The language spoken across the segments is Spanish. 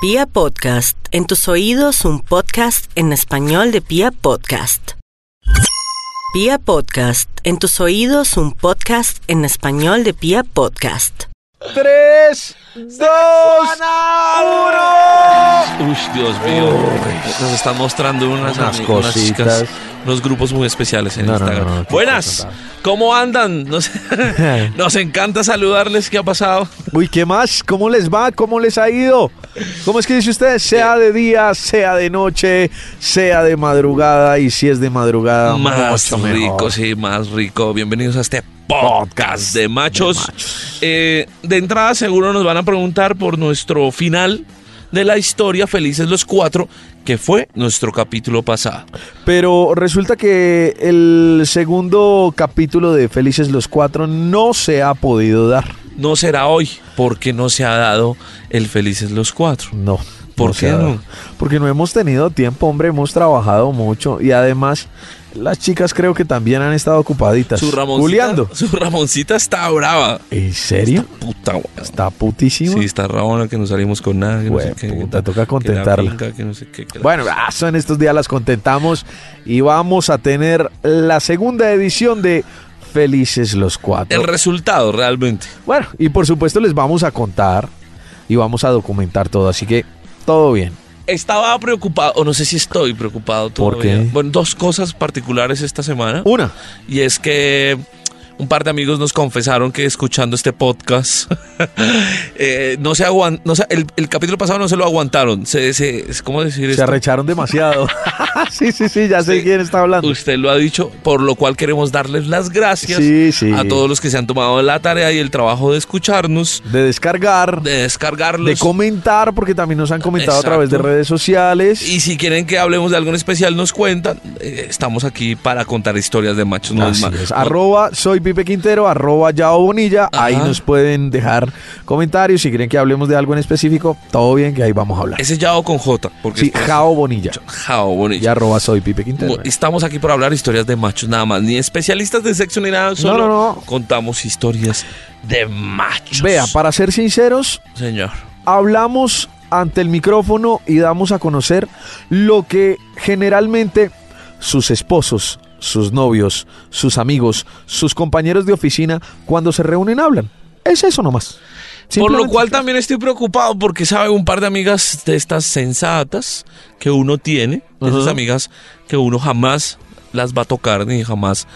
Pia Podcast, en tus oídos un podcast en español de Pia Podcast. Pia Podcast, en tus oídos un podcast en español de Pia Podcast. Tres, dos, uno. Uy, Dios mío. Nos están mostrando unas, Unas ami- cositas. chicas, unos grupos muy especiales en No, no, Instagram. no, no, qué Buenas, cosa tan- ¿cómo andan? Nos, nos encanta saludarles. ¿Qué ha pasado? Uy, ¿qué más? ¿Cómo les va? ¿Cómo les ha ido? ¿Cómo es que dice usted? Sea de día, sea de noche, sea de madrugada y si es de madrugada, más mucho rico, mejor. sí, más rico. Bienvenidos a este podcast de machos. Eh, De, entrada, seguro nos van a preguntar por nuestro final de la historia Felices los Cuatro, que fue nuestro capítulo pasado. Pero resulta que el segundo capítulo de Felices los Cuatro no se ha podido dar. No será hoy, porque no se ha dado el Felices los Cuatro. No. ¿Por no qué se ha dado. no? Porque no hemos tenido tiempo, hombre, hemos trabajado mucho y además las chicas creo que también han estado ocupaditas. Su Ramoncita, Juliando. su Ramoncita está brava. ¿En serio? Puta, weón. Está putísimo. Sí, está rabona que no salimos con nada. Que no sé Güey, qué, que puta, ta- toca que la contentarla. finca, que no sé qué, que la- Bueno, ah, son estos días las contentamos y vamos a tener la segunda edición de Felices los Cuatro. El resultado, realmente. Bueno, y por supuesto les vamos a contar y vamos a documentar todo, así que todo bien. Estaba preocupado, o no sé si estoy preocupado ¿Por todavía. qué? Uh. Bueno, dos cosas particulares esta semana. Una, Y es que un par de amigos nos confesaron que escuchando este podcast, eh, no se aguan- no se- el, el capítulo pasado no se lo aguantaron. Se, se, ¿Cómo decir se esto? arrecharon demasiado. sí, sí, sí, ya sé Sí. quién está hablando. Usted lo ha dicho, por lo cual queremos darles las gracias Sí, sí. a todos los que se han tomado la tarea y el trabajo de escucharnos, De descargar, de descargarlos. de comentar, porque también nos han comentado a través de Exacto. redes sociales. y si quieren que hablemos de algo en especial, nos cuentan. Eh, estamos aquí para contar historias de machos. No Así ma- es. no- Arroba soy Pipe Quintero, arroba Yao Bonilla. Ajá. Ahí nos pueden dejar comentarios. Si quieren que hablemos de algo en específico, todo bien, que ahí vamos a hablar. Ese es Yao con J. Porque Sí, es- Jao Bonilla. Jao, bonito. Y arroba soy Pipe Quintero. Bu- Estamos aquí para hablar historias de machos nada más, ni especialistas de sexo ni nada, solo no, no. contamos historias de machos. Vea, para ser sinceros, señor. hablamos ante el micrófono y damos a conocer lo que generalmente sus esposos, sus novios, sus amigos, sus compañeros de oficina, cuando se reúnen hablan. Es eso nomás. Por lo Simplemente. cual también estoy preocupado porque sabe un par de amigas de estas sensatas que uno tiene, esas Ajá. amigas que uno jamás las va a tocar ni jamás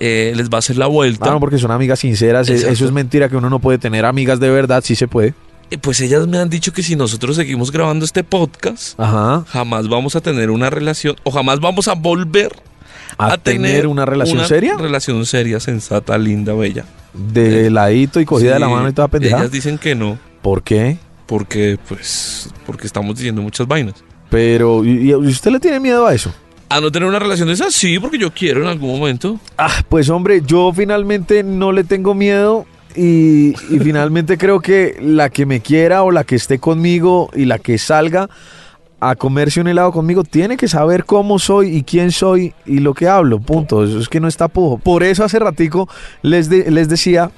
eh, les va a hacer la vuelta. Ah, no, porque son amigas sinceras. e- Exacto. Eso es mentira que uno no puede tener amigas de verdad. Sí se puede. Eh, Pues ellas me han dicho que si nosotros seguimos grabando este podcast, Ajá. jamás vamos a tener una relación o jamás vamos a volver A, tener, una relación seria Relación seria, sensata, linda, bella. de ladito y cogida de la Sí, mano y toda pendejada. Ellas dicen que no, ¿Por qué? porque pues porque estamos diciendo muchas vainas. Pero ¿y, y usted le tiene miedo a eso? A no tener una relación de esas, sí, porque yo quiero en algún momento. Ah, pues hombre, yo finalmente no le tengo miedo y, y finalmente creo que la que me quiera o la que esté conmigo y la que salga a comerse un helado conmigo tiene que saber cómo soy y quién soy y lo que hablo, punto. Eso es que no está pujo. Por eso hace ratico les, de- les decía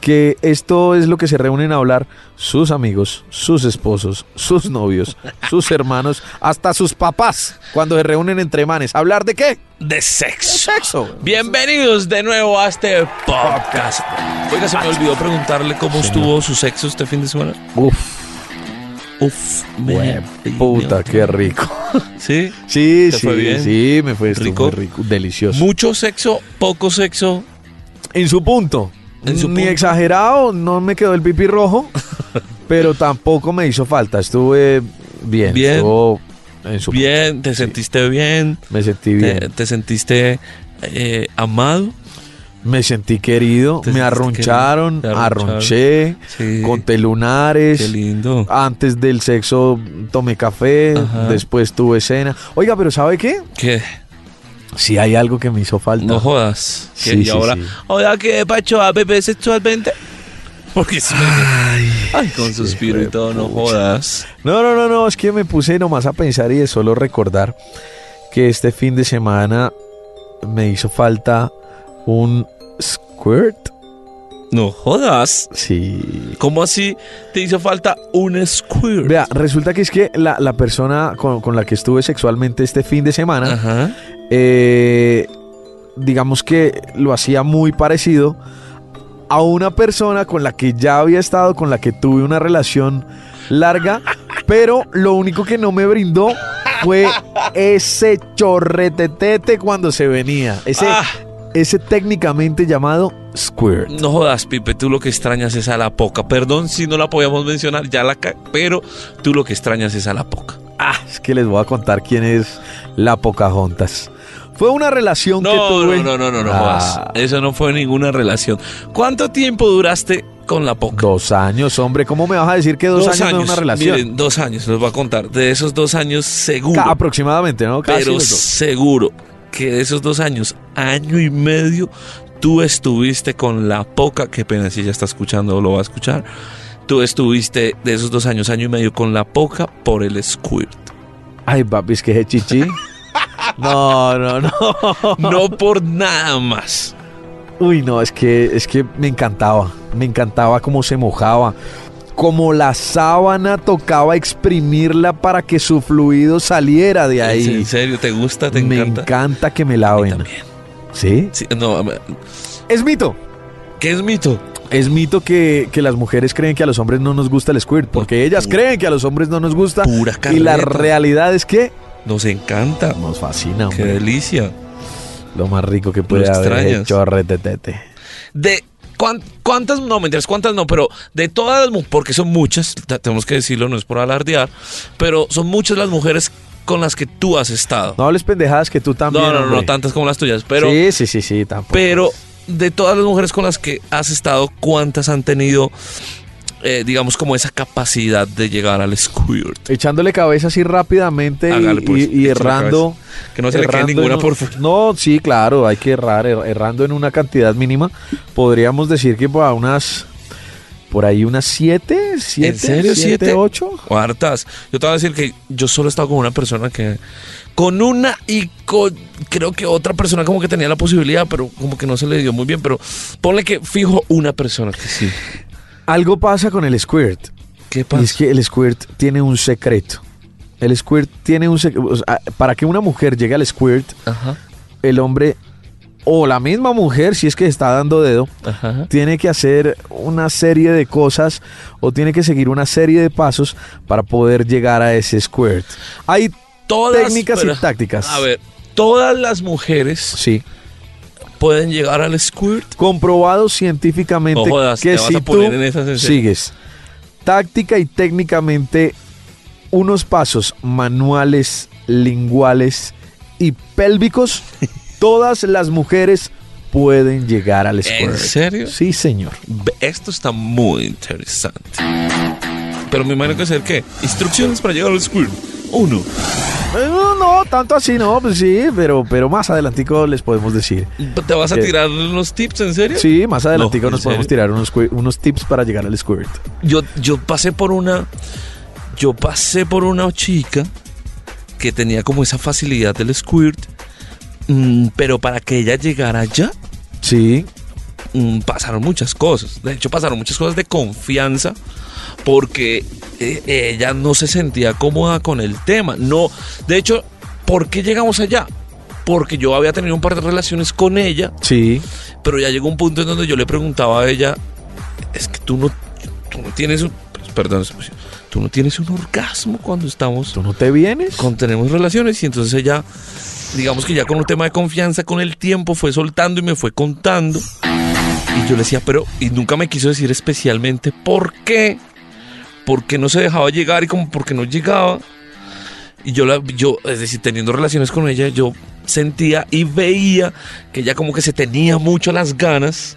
que esto es lo que se reúnen a hablar sus amigos, sus esposos, sus novios, sus hermanos, hasta sus papás cuando se reúnen entre manes. ¿Hablar de qué? De De sexo. sexo. Bienvenidos de nuevo a este podcast. Oiga, se me olvidó preguntarle cómo estuvo su sexo este fin de semana. Uf, Uf, güey, me- puta, qué rico. Sí. Sí, ¿Te sí, fue bien? sí, me fue estuvo ¿Rico? muy rico, delicioso. Mucho sexo, poco sexo. en su punto. En su Ni punto. exagerado, no me quedó el pipí rojo, pero tampoco me hizo falta. Estuve bien. Bien. estuvo en su Bien, te sentiste bien. punto. Me sentí bien. Te, te sentiste eh, amado. me sentí querido. Te me sentiste arroncharon, querido, te arroncharon. arronché, Sí. conté lunares. Qué lindo. Antes del sexo tomé café, Ajá. después tuve cena. Oiga, pero ¿sabe qué? Que Si hay algo que me hizo falta. no jodas. Que Ah. Sí, y sí, ahora, sí. ahora que Pacho a Pepe sexualmente. Porque si ay, con suspiro y todo, no jodas. No, no, no, no, es que me puse nomás a pensar y de solo recordar que este fin de semana me hizo falta un squirt. No jodas. Sí. ¿Cómo así te hizo falta un squirt? Vea, resulta que es que la, la persona con, con la que estuve sexualmente este fin de semana, Ajá. eh, digamos que lo hacía muy parecido a una persona con la que ya había estado, con la que tuve una relación larga, pero lo único que no me brindó fue ese chorretetete cuando se venía. Ese, Ah, ese técnicamente llamado squirt. no jodas, Pipe, tú lo que extrañas es a la poca. Perdón si no la podíamos mencionar, ya la ca- pero tú lo que extrañas es a la poca. Ah, es que les voy a contar quién es la Pocahontas. Fue una relación que No, tuve. no, no, no, no, no jodas. Ah, Eso no fue ninguna relación. ¿Cuánto tiempo duraste con la poca? Dos años, hombre. ¿Cómo me vas a decir que dos, años, no es una relación? Miren, dos años, les voy a contar. De esos dos años, seguro. Ca- aproximadamente, ¿no? Casi pero los dos. seguro que de esos dos años, año y medio, tú estuviste con la poca, qué pena si ya está escuchando o lo va a escuchar, tú estuviste de esos dos años, año y medio con la poca por el squirt. Ay, papi, es que es chichi. No, no, no. No por nada más. Uy, no, es que, es que me encantaba. Me encantaba cómo se mojaba. Como la sábana tocaba exprimirla para que su fluido saliera de ¿Es ¿En ahí. serio? ¿Te gusta? ¿Te me encanta? encanta que me A mí laven. también. ¿Sí? Sí, no, Es mito. ¿Qué es mito? Es mito que, que las mujeres creen que a los hombres no nos gusta el squirt, porque ellas creen que a los hombres no nos gusta. Pura Y la carreta. realidad es que Nos encanta. nos fascina, Qué hombre. delicia. Lo más rico que puede haber extrañas. hecho retetete. De cuán- cuántas, no mentiras, cuántas no, pero de todas las mu- porque son muchas, ta- tenemos que decirlo, no es por alardear, pero son muchas las mujeres con las que tú has estado. No hables pendejadas que tú también. no, no, no, hombre. tantas como las tuyas, pero, sí, sí, sí, sí, tampoco. pero de todas las mujeres con las que has estado, ¿cuántas han tenido, eh, digamos, como esa capacidad de llegar al squirt? Echándole cabeza así rápidamente y- Hágale, pues, Este, y, y échale errando. Que no se le quede errando ninguna en un- por fuera. No, sí, claro, hay que errar, er- errando en una cantidad mínima. Podríamos decir que por unas. Por ahí unas siete, siete, siete, serio, siete? ocho. Cuartas. Yo te voy a decir que yo solo he estado con una persona que. Con una y con. Creo que otra persona como que tenía la posibilidad, pero como que no se le dio muy bien. Pero ponle que fijo una persona que sí. Algo pasa con el squirt. ¿Qué Y es pasa? que el squirt tiene un secreto. El squirt tiene un secreto. para que una mujer llegue al squirt, Ajá, el hombre o la misma mujer, si es que está dando dedo, ajá. tiene que hacer una serie de cosas o tiene que seguir una serie de pasos para poder llegar a ese squirt. Hay Todas. técnicas pero- y tácticas. A ver, todas las mujeres Sí. pueden llegar al squirt. Comprobado científicamente No jodas, que te vas si a poner tú en esas en serio. sigues táctica y técnicamente unos pasos manuales, linguales y pélvicos, todas las mujeres pueden llegar al squirt. ¿En serio? Sí, señor. Ve, Esto está muy interesante. Pero me imagino que hacer qué? Instrucciones para llegar al squirt. Uno. Eh, No, no, tanto así no, pues sí, pero, pero más adelantico les podemos decir. ¿Te vas a ¿Qué? tirar los tips, en serio? Sí, más adelantico No, ¿en nos podemos tirar unos, cu- unos tips para llegar al squirt. Yo, yo pasé por una. Yo pasé por una chica que tenía como esa facilidad del squirt. mm, pero para que ella llegara allá, Sí, mm, pasaron muchas cosas. De hecho, pasaron muchas cosas de confianza. Porque eh, ella no se sentía cómoda con el tema. No. De hecho, ¿por qué llegamos allá? Porque yo había tenido un par de relaciones con ella. sí. Pero ya llegó un punto en donde yo le preguntaba a ella, es que tú no, tú no tienes un, perdón, pues, tú no tienes un orgasmo cuando estamos, ¿Tú no te vienes? cuando tenemos relaciones y entonces ella, digamos que ya con un tema de confianza, con el tiempo fue soltando y me fue contando y yo le decía, pero y nunca me quiso decir especialmente por qué, por qué no se dejaba llegar y como por qué no llegaba y yo la, yo es decir teniendo relaciones con ella yo sentía y veía que ella como que se tenía mucho las ganas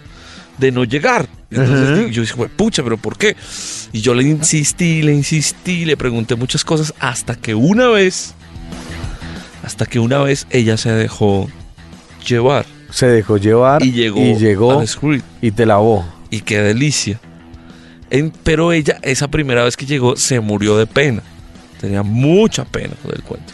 de no llegar entonces Ajá. di- yo dije "Jue- pucha pero por qué y yo le insistí le insistí le pregunté muchas cosas hasta que una vez hasta que una vez ella se dejó llevar Se dejó llevar y llegó y, llegó al script y te lavó. y qué delicia. En- pero ella, esa primera vez que llegó, se murió de pena. Tenía mucha pena con el cuento.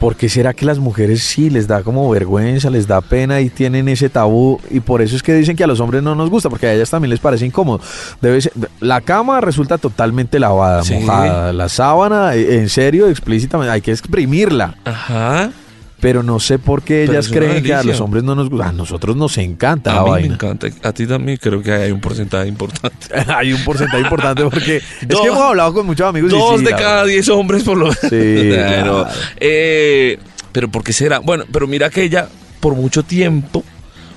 ¿Por qué será que las mujeres sí les da como vergüenza, les da pena y tienen ese tabú? Y por eso es que dicen que a los hombres no nos gusta, porque a ellas también les parece incómodo. Debe ser- la cama resulta totalmente lavada, Sí. mojada. La sábana, eh, en serio, explícitamente, hay que exprimirla. Ajá. Pero no sé por qué Pero ellas es una creen que a delicia. los hombres no nos gusta. A nosotros nos encanta la A mí me vaina. encanta. A ti también creo que hay un porcentaje importante. hay un porcentaje importante porque es Dos- que hemos hablado con muchos amigos. y Dos sí, de la cada diez hombres por lo menos. Sí, Claro. claro. Eh, pero ¿por qué será? Bueno, pero mira que ella por mucho tiempo,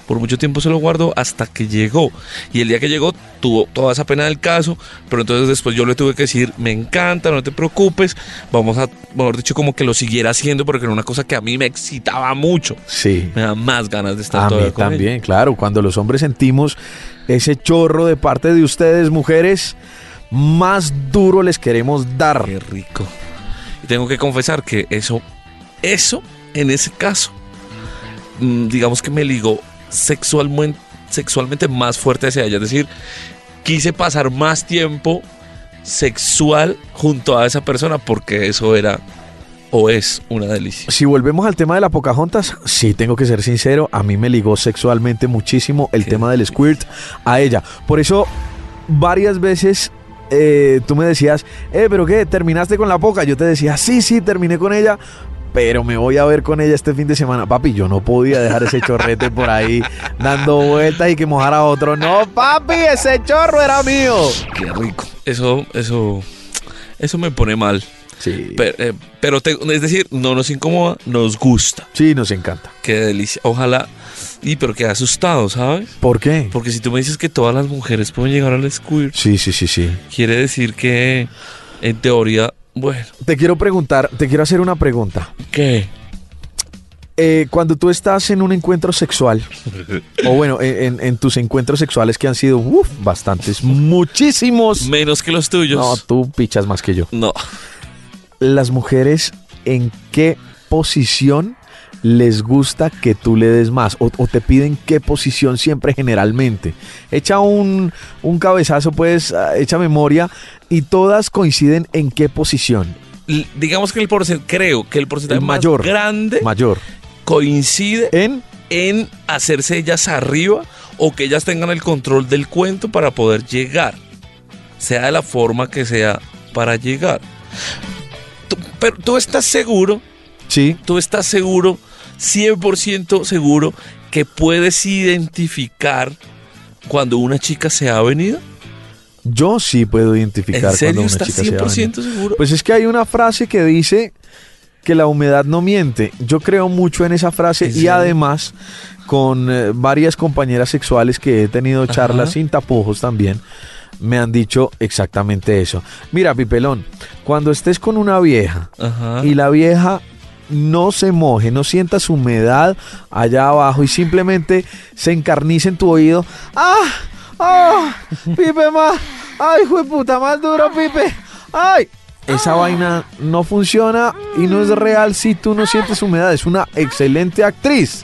por mucho tiempo se lo guardó hasta que llegó. Y el día que llegó tuvo toda esa pena del caso, pero entonces después yo le tuve que decir, me encanta, no te preocupes, vamos a, mejor dicho, como que lo siguiera haciendo porque era una cosa que a mí me excitaba mucho. Sí. Me da más ganas de estar A todavía mí con ella. también, claro. Cuando los hombres sentimos ese chorro de parte de ustedes, mujeres, más duro les queremos dar. Qué rico. Y tengo que confesar que eso, eso, en ese caso, mm, digamos que me ligó sexualmente, sexualmente más fuerte hacia ella. Es decir, quise pasar más tiempo sexual junto a esa persona porque eso era o es una delicia. Si volvemos al tema de la Pocahontas, sí tengo que ser sincero, a mí me ligó sexualmente muchísimo el Qué tema del squirt a ella. Por eso varias veces eh, tú me decías, eh, pero ¿qué? ¿Terminaste con la Poca? Yo te decía, sí, sí, terminé con ella, pero me voy a ver con ella este fin de semana. Papi, yo no podía dejar ese chorrete por ahí dando vueltas y que mojar a otro. No, papi, ese chorro era mío. Qué rico. Eso, eso, eso me pone mal. Sí. Pero, eh, pero te- es decir, no nos incomoda, nos gusta. Sí, nos encanta. Qué delicia. Ojalá. Y pero quedé asustado, ¿sabes? ¿Por qué? Porque si tú me dices que todas las mujeres pueden llegar al squirt, Sí, sí, sí, sí. quiere decir que en teoría, bueno, Te quiero preguntar, te quiero hacer una pregunta. ¿qué? Eh, cuando tú estás en un encuentro sexual, o bueno, en, en- en tus encuentros sexuales que han sido uf, bastantes, muchísimos. Menos que los No, tuyos. tú pichas más que yo. No. Las mujeres, ¿en qué posición les gusta que tú le des más? O, o te piden qué posición siempre generalmente. Echa un, un cabezazo, pues, ah, echa memoria, y todas coinciden en qué posición. L- Digamos que el porcentaje, creo que el porcentaje El más mayor. grande Mayor. coincide En en hacerse ellas arriba o que ellas tengan el control del cuento para poder llegar, sea de la forma que sea para llegar. Tú- pero tú estás seguro sí. tú estás seguro, 100% seguro, que puedes identificar cuando una chica se ha venido? Yo sí puedo identificar ¿En cuando serio una estás chica se va a bañar. 100% seguro? Pues es que hay una frase que dice que la humedad no miente. Yo creo mucho en esa frase ¿En y serio? además con eh, varias compañeras sexuales que he tenido charlas Ajá. sin tapujos también, me han dicho exactamente eso. Mira, Pipelón, cuando estés con una vieja Ajá. Pues, y la vieja no se moje, no sientas humedad allá abajo y simplemente se encarnice en tu oído. ¡Ah! ¡Ah! ¡Pipe más! ¡Ay, puta más duro, Pipe! ¡Ay! Esa vaina no funciona y no es real si tú no sientes humedad. Es una excelente actriz.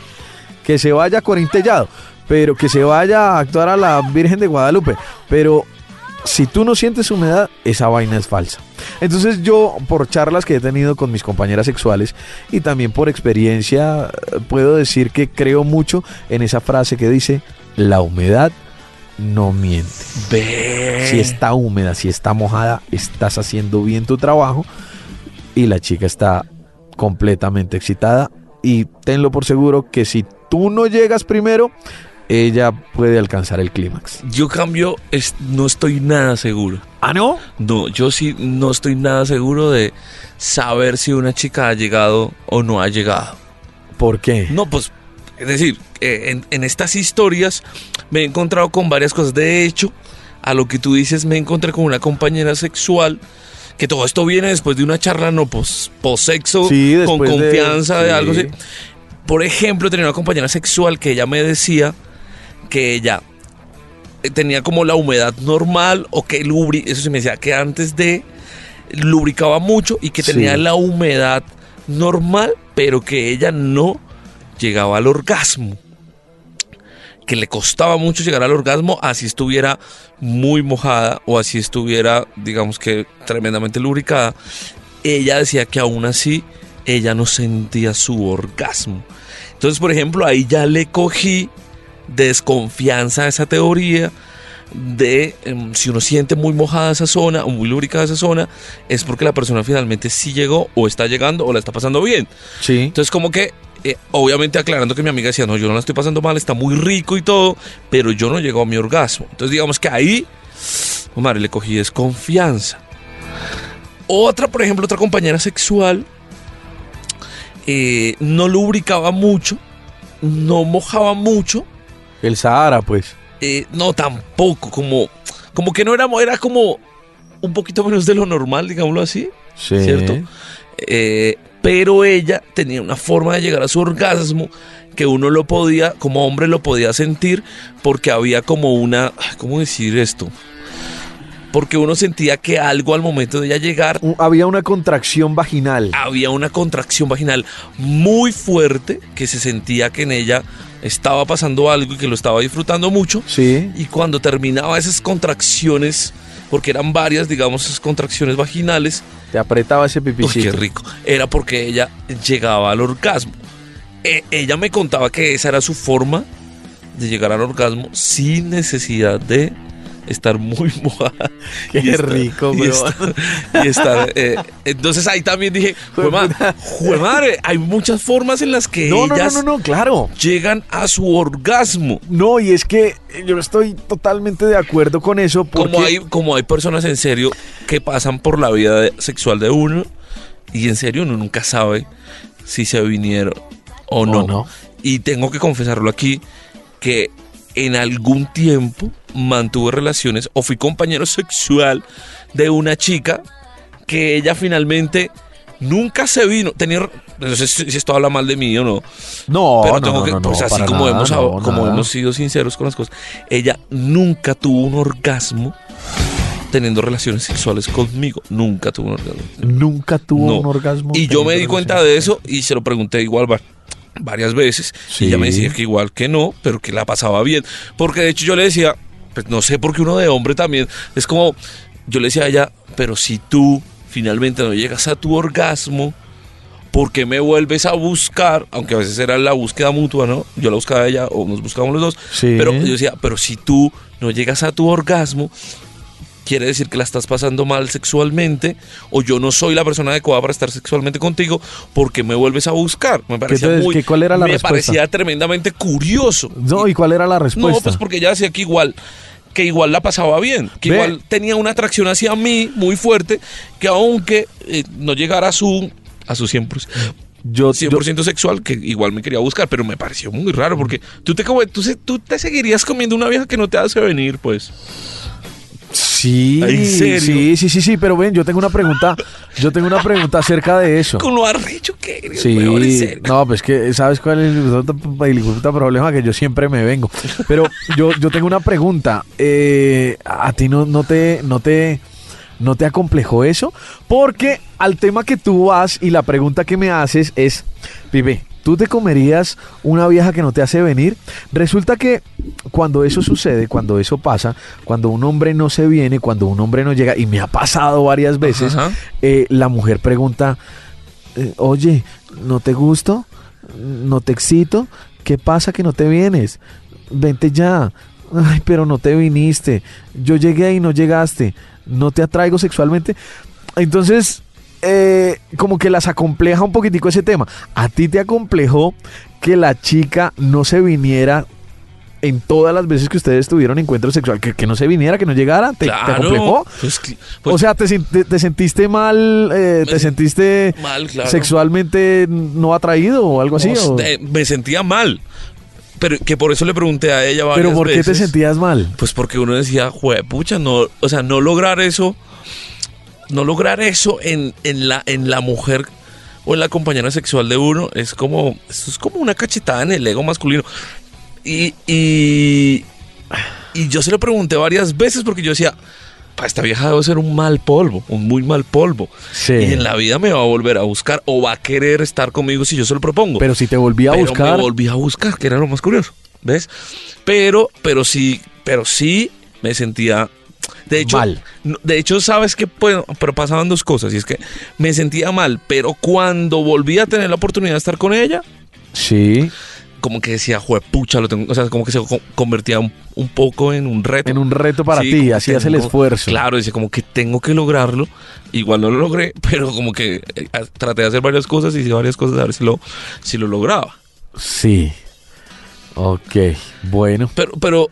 Que se vaya a Corintellado, pero que se vaya a actuar a la Virgen de Guadalupe. Pero si tú no sientes humedad, esa vaina es falsa. Entonces yo, por charlas que he tenido con mis compañeras sexuales y también por experiencia, eh, puedo decir que creo mucho en esa frase que dice, la humedad no miente. Ve. Si está húmeda, si está mojada, estás haciendo bien tu trabajo y la chica está completamente excitada y tenlo por seguro que si tú no llegas primero, ella puede alcanzar el clímax. Yo cambio, es- no estoy nada seguro. ¿Ah, no? No, yo sí no estoy nada seguro de saber si una chica ha llegado o no ha llegado. ¿Por qué? No, pues, es decir, eh, en, en estas historias me he encontrado con varias cosas. De hecho, a lo que tú dices, me encontré con una compañera sexual. Que todo esto viene después de una charla no pos, posexo, Sí, con después de- confianza de, sí. algo así. Por ejemplo, tenía una compañera sexual que ella me decía que ella eh, tenía como la humedad normal o que lubri, eso se me decía que antes de lubricaba mucho y que Sí. tenía la humedad normal, pero que ella no llegaba al orgasmo. Que le costaba mucho llegar al orgasmo, así estuviera muy mojada o así estuviera, digamos que tremendamente lubricada. Ella decía que aún así ella no sentía su orgasmo. Entonces, por ejemplo, ahí ya le cogí desconfianza a esa teoría de em, si uno siente muy mojada esa zona o muy lubricada esa zona, es porque la persona finalmente sí llegó o está llegando o la está pasando bien. Sí. Entonces, como que, eh, obviamente aclarando que mi amiga decía, no, yo no la estoy pasando mal, está muy rico y todo, pero yo no llego a mi orgasmo. Entonces, digamos que ahí, Omar, le cogí desconfianza. Otra, por ejemplo, otra compañera sexual eh, no lubricaba mucho, no mojaba mucho, El Sahara, pues. eh, no tampoco, como, como que no era, era como un poquito menos de lo normal, digámoslo así. Sí. ¿Cierto? Eh, pero ella tenía una forma de llegar a su orgasmo que uno lo podía, como hombre lo podía sentir, porque había como una, ¿cómo decir esto? Porque uno sentía que algo al momento de ella llegar U- Había una contracción vaginal. había una contracción vaginal muy fuerte que se sentía que en ella estaba pasando algo y que lo estaba disfrutando mucho. Sí. Y cuando terminaba esas contracciones, porque eran varias, digamos, esas contracciones vaginales, Te apretaba ese Uy, qué pipichito. rico. Era porque ella llegaba al orgasmo. E- ella me contaba que esa era su forma de llegar al orgasmo sin necesidad de estar muy mojada. Qué Y estar- rico, y bro. estar- y estar, eh, entonces ahí también dije, "Jue ma- jue madre, hay muchas formas en las que No, no, no, ellas no, no, claro. llegan a su orgasmo. No, y es que yo estoy totalmente de acuerdo con eso. Porque Como hay, como hay personas en serio que pasan por la vida de- sexual de uno y en serio uno nunca sabe si se vinieron o no. no. Y tengo que confesarlo aquí que en algún tiempo mantuve relaciones o fui compañero sexual de una chica que ella finalmente nunca se vino. Tenía, no sé si si esto habla mal de mí o no, No, pero no, tengo no, que, no, no, pues así para como, nada, hemos, no, como nada. hemos sido sinceros con las cosas, ella nunca tuvo un orgasmo teniendo relaciones sexuales conmigo. Nunca tuvo un orgasmo. Nunca tuvo No. un orgasmo. Y yo me di teniendo cuenta relaciones. de eso y se lo pregunté igual va- varias veces. Sí. Y ella me decía que igual que no, pero que la pasaba bien. Porque de hecho yo le decía, pues no sé, porque uno de hombre también es como, yo le decía a ella, pero si tú finalmente no llegas a tu orgasmo, ¿por qué me vuelves a buscar? Aunque a veces era la búsqueda mutua, ¿no? Yo la buscaba a ella o nos buscábamos los dos. Sí. Pero yo decía, pero si tú no llegas a tu orgasmo, quiere decir que la estás pasando mal sexualmente o yo no soy la persona adecuada para estar sexualmente contigo porque me vuelves a buscar. Me parecía te- muy, qué- cuál era la me respuesta? parecía tremendamente curioso. No, ¿y cuál era la no, respuesta? pues porque ella decía que igual que igual la pasaba bien, que Ve. igual tenía una atracción hacia mí muy fuerte, que aunque eh, no llegara a su a su 100%, yo, yo- 100% sexual, que igual me quería buscar, pero me pareció muy raro porque tú te come- tú, se- tú te seguirías comiendo una vieja que no te hace venir, pues. sí, ¿En serio? sí, sí, sí, sí, pero ven, yo tengo una pregunta, yo tengo una pregunta acerca de eso. Con lo arrecho que eres, Sí, weón, en serio. no, pues que sabes cuál es el otro p- el puta problema que yo siempre me vengo. Pero yo, yo tengo una pregunta. eh, a ti no, no te, no te, no te acomplejó eso, porque al tema que tú vas y la pregunta que me haces es, Pipe, ¿tú te comerías una vieja que no te hace venir? Resulta que cuando eso sucede, cuando eso pasa, cuando un hombre no se viene, cuando un hombre no llega, y me ha pasado varias veces, Ajá. eh, la mujer pregunta, eh, oye, ¿no te gusto? ¿No te excito? ¿Qué pasa que no te vienes? Vente ya. Ay, pero no te viniste. Yo llegué y no llegaste. No te atraigo sexualmente. Entonces, eh, como que las acompleja un poquitico ese tema. ¿A ti te acomplejó que la chica no se viniera en todas las veces que ustedes tuvieron encuentro sexual? ¿Que, que no se viniera, que no llegara? ¿Te, te acomplejó? Pues, cl- pues, o sea, te, sen- te- te sentiste mal, eh, te Me- sentiste mal, claro. sexualmente no atraído o algo así. Pues, o- eh, me sentía mal. Pero que por eso le pregunté a ella varias Pero ¿por qué te veces. sentías mal? Pues porque uno decía, pucha, no, o sea, no lograr eso, no lograr eso en, en la, en la mujer o en la compañera sexual de uno, es como, eso es como una cachetada en el ego masculino. Y, y, y yo se lo pregunté varias veces porque yo decía, para esta vieja debe ser un mal polvo, un muy mal polvo. Sí. Y en la vida me va a volver a buscar o va a querer estar conmigo si yo se lo propongo Pero si te volví a pero buscar. Me volví a buscar, que era lo más curioso, ¿ves? Pero, pero sí, pero sí me sentía De hecho, Mal. no- de hecho sabes que puedo, pero pasaban dos cosas y es que me sentía mal, pero cuando volví a tener la oportunidad de estar con ella, Sí, como que decía, juepucha, lo tengo, o sea, como que se co- convertía un, un poco en un reto. en un reto para Sí, como ti, que hacías el tengo- esfuerzo. Claro, dice como que tengo que lograrlo. Igual no lo logré, pero como que eh, a- traté de hacer varias cosas y hice varias cosas a ver si lo, si lo lograba. Sí. Ok, bueno. Pero, pero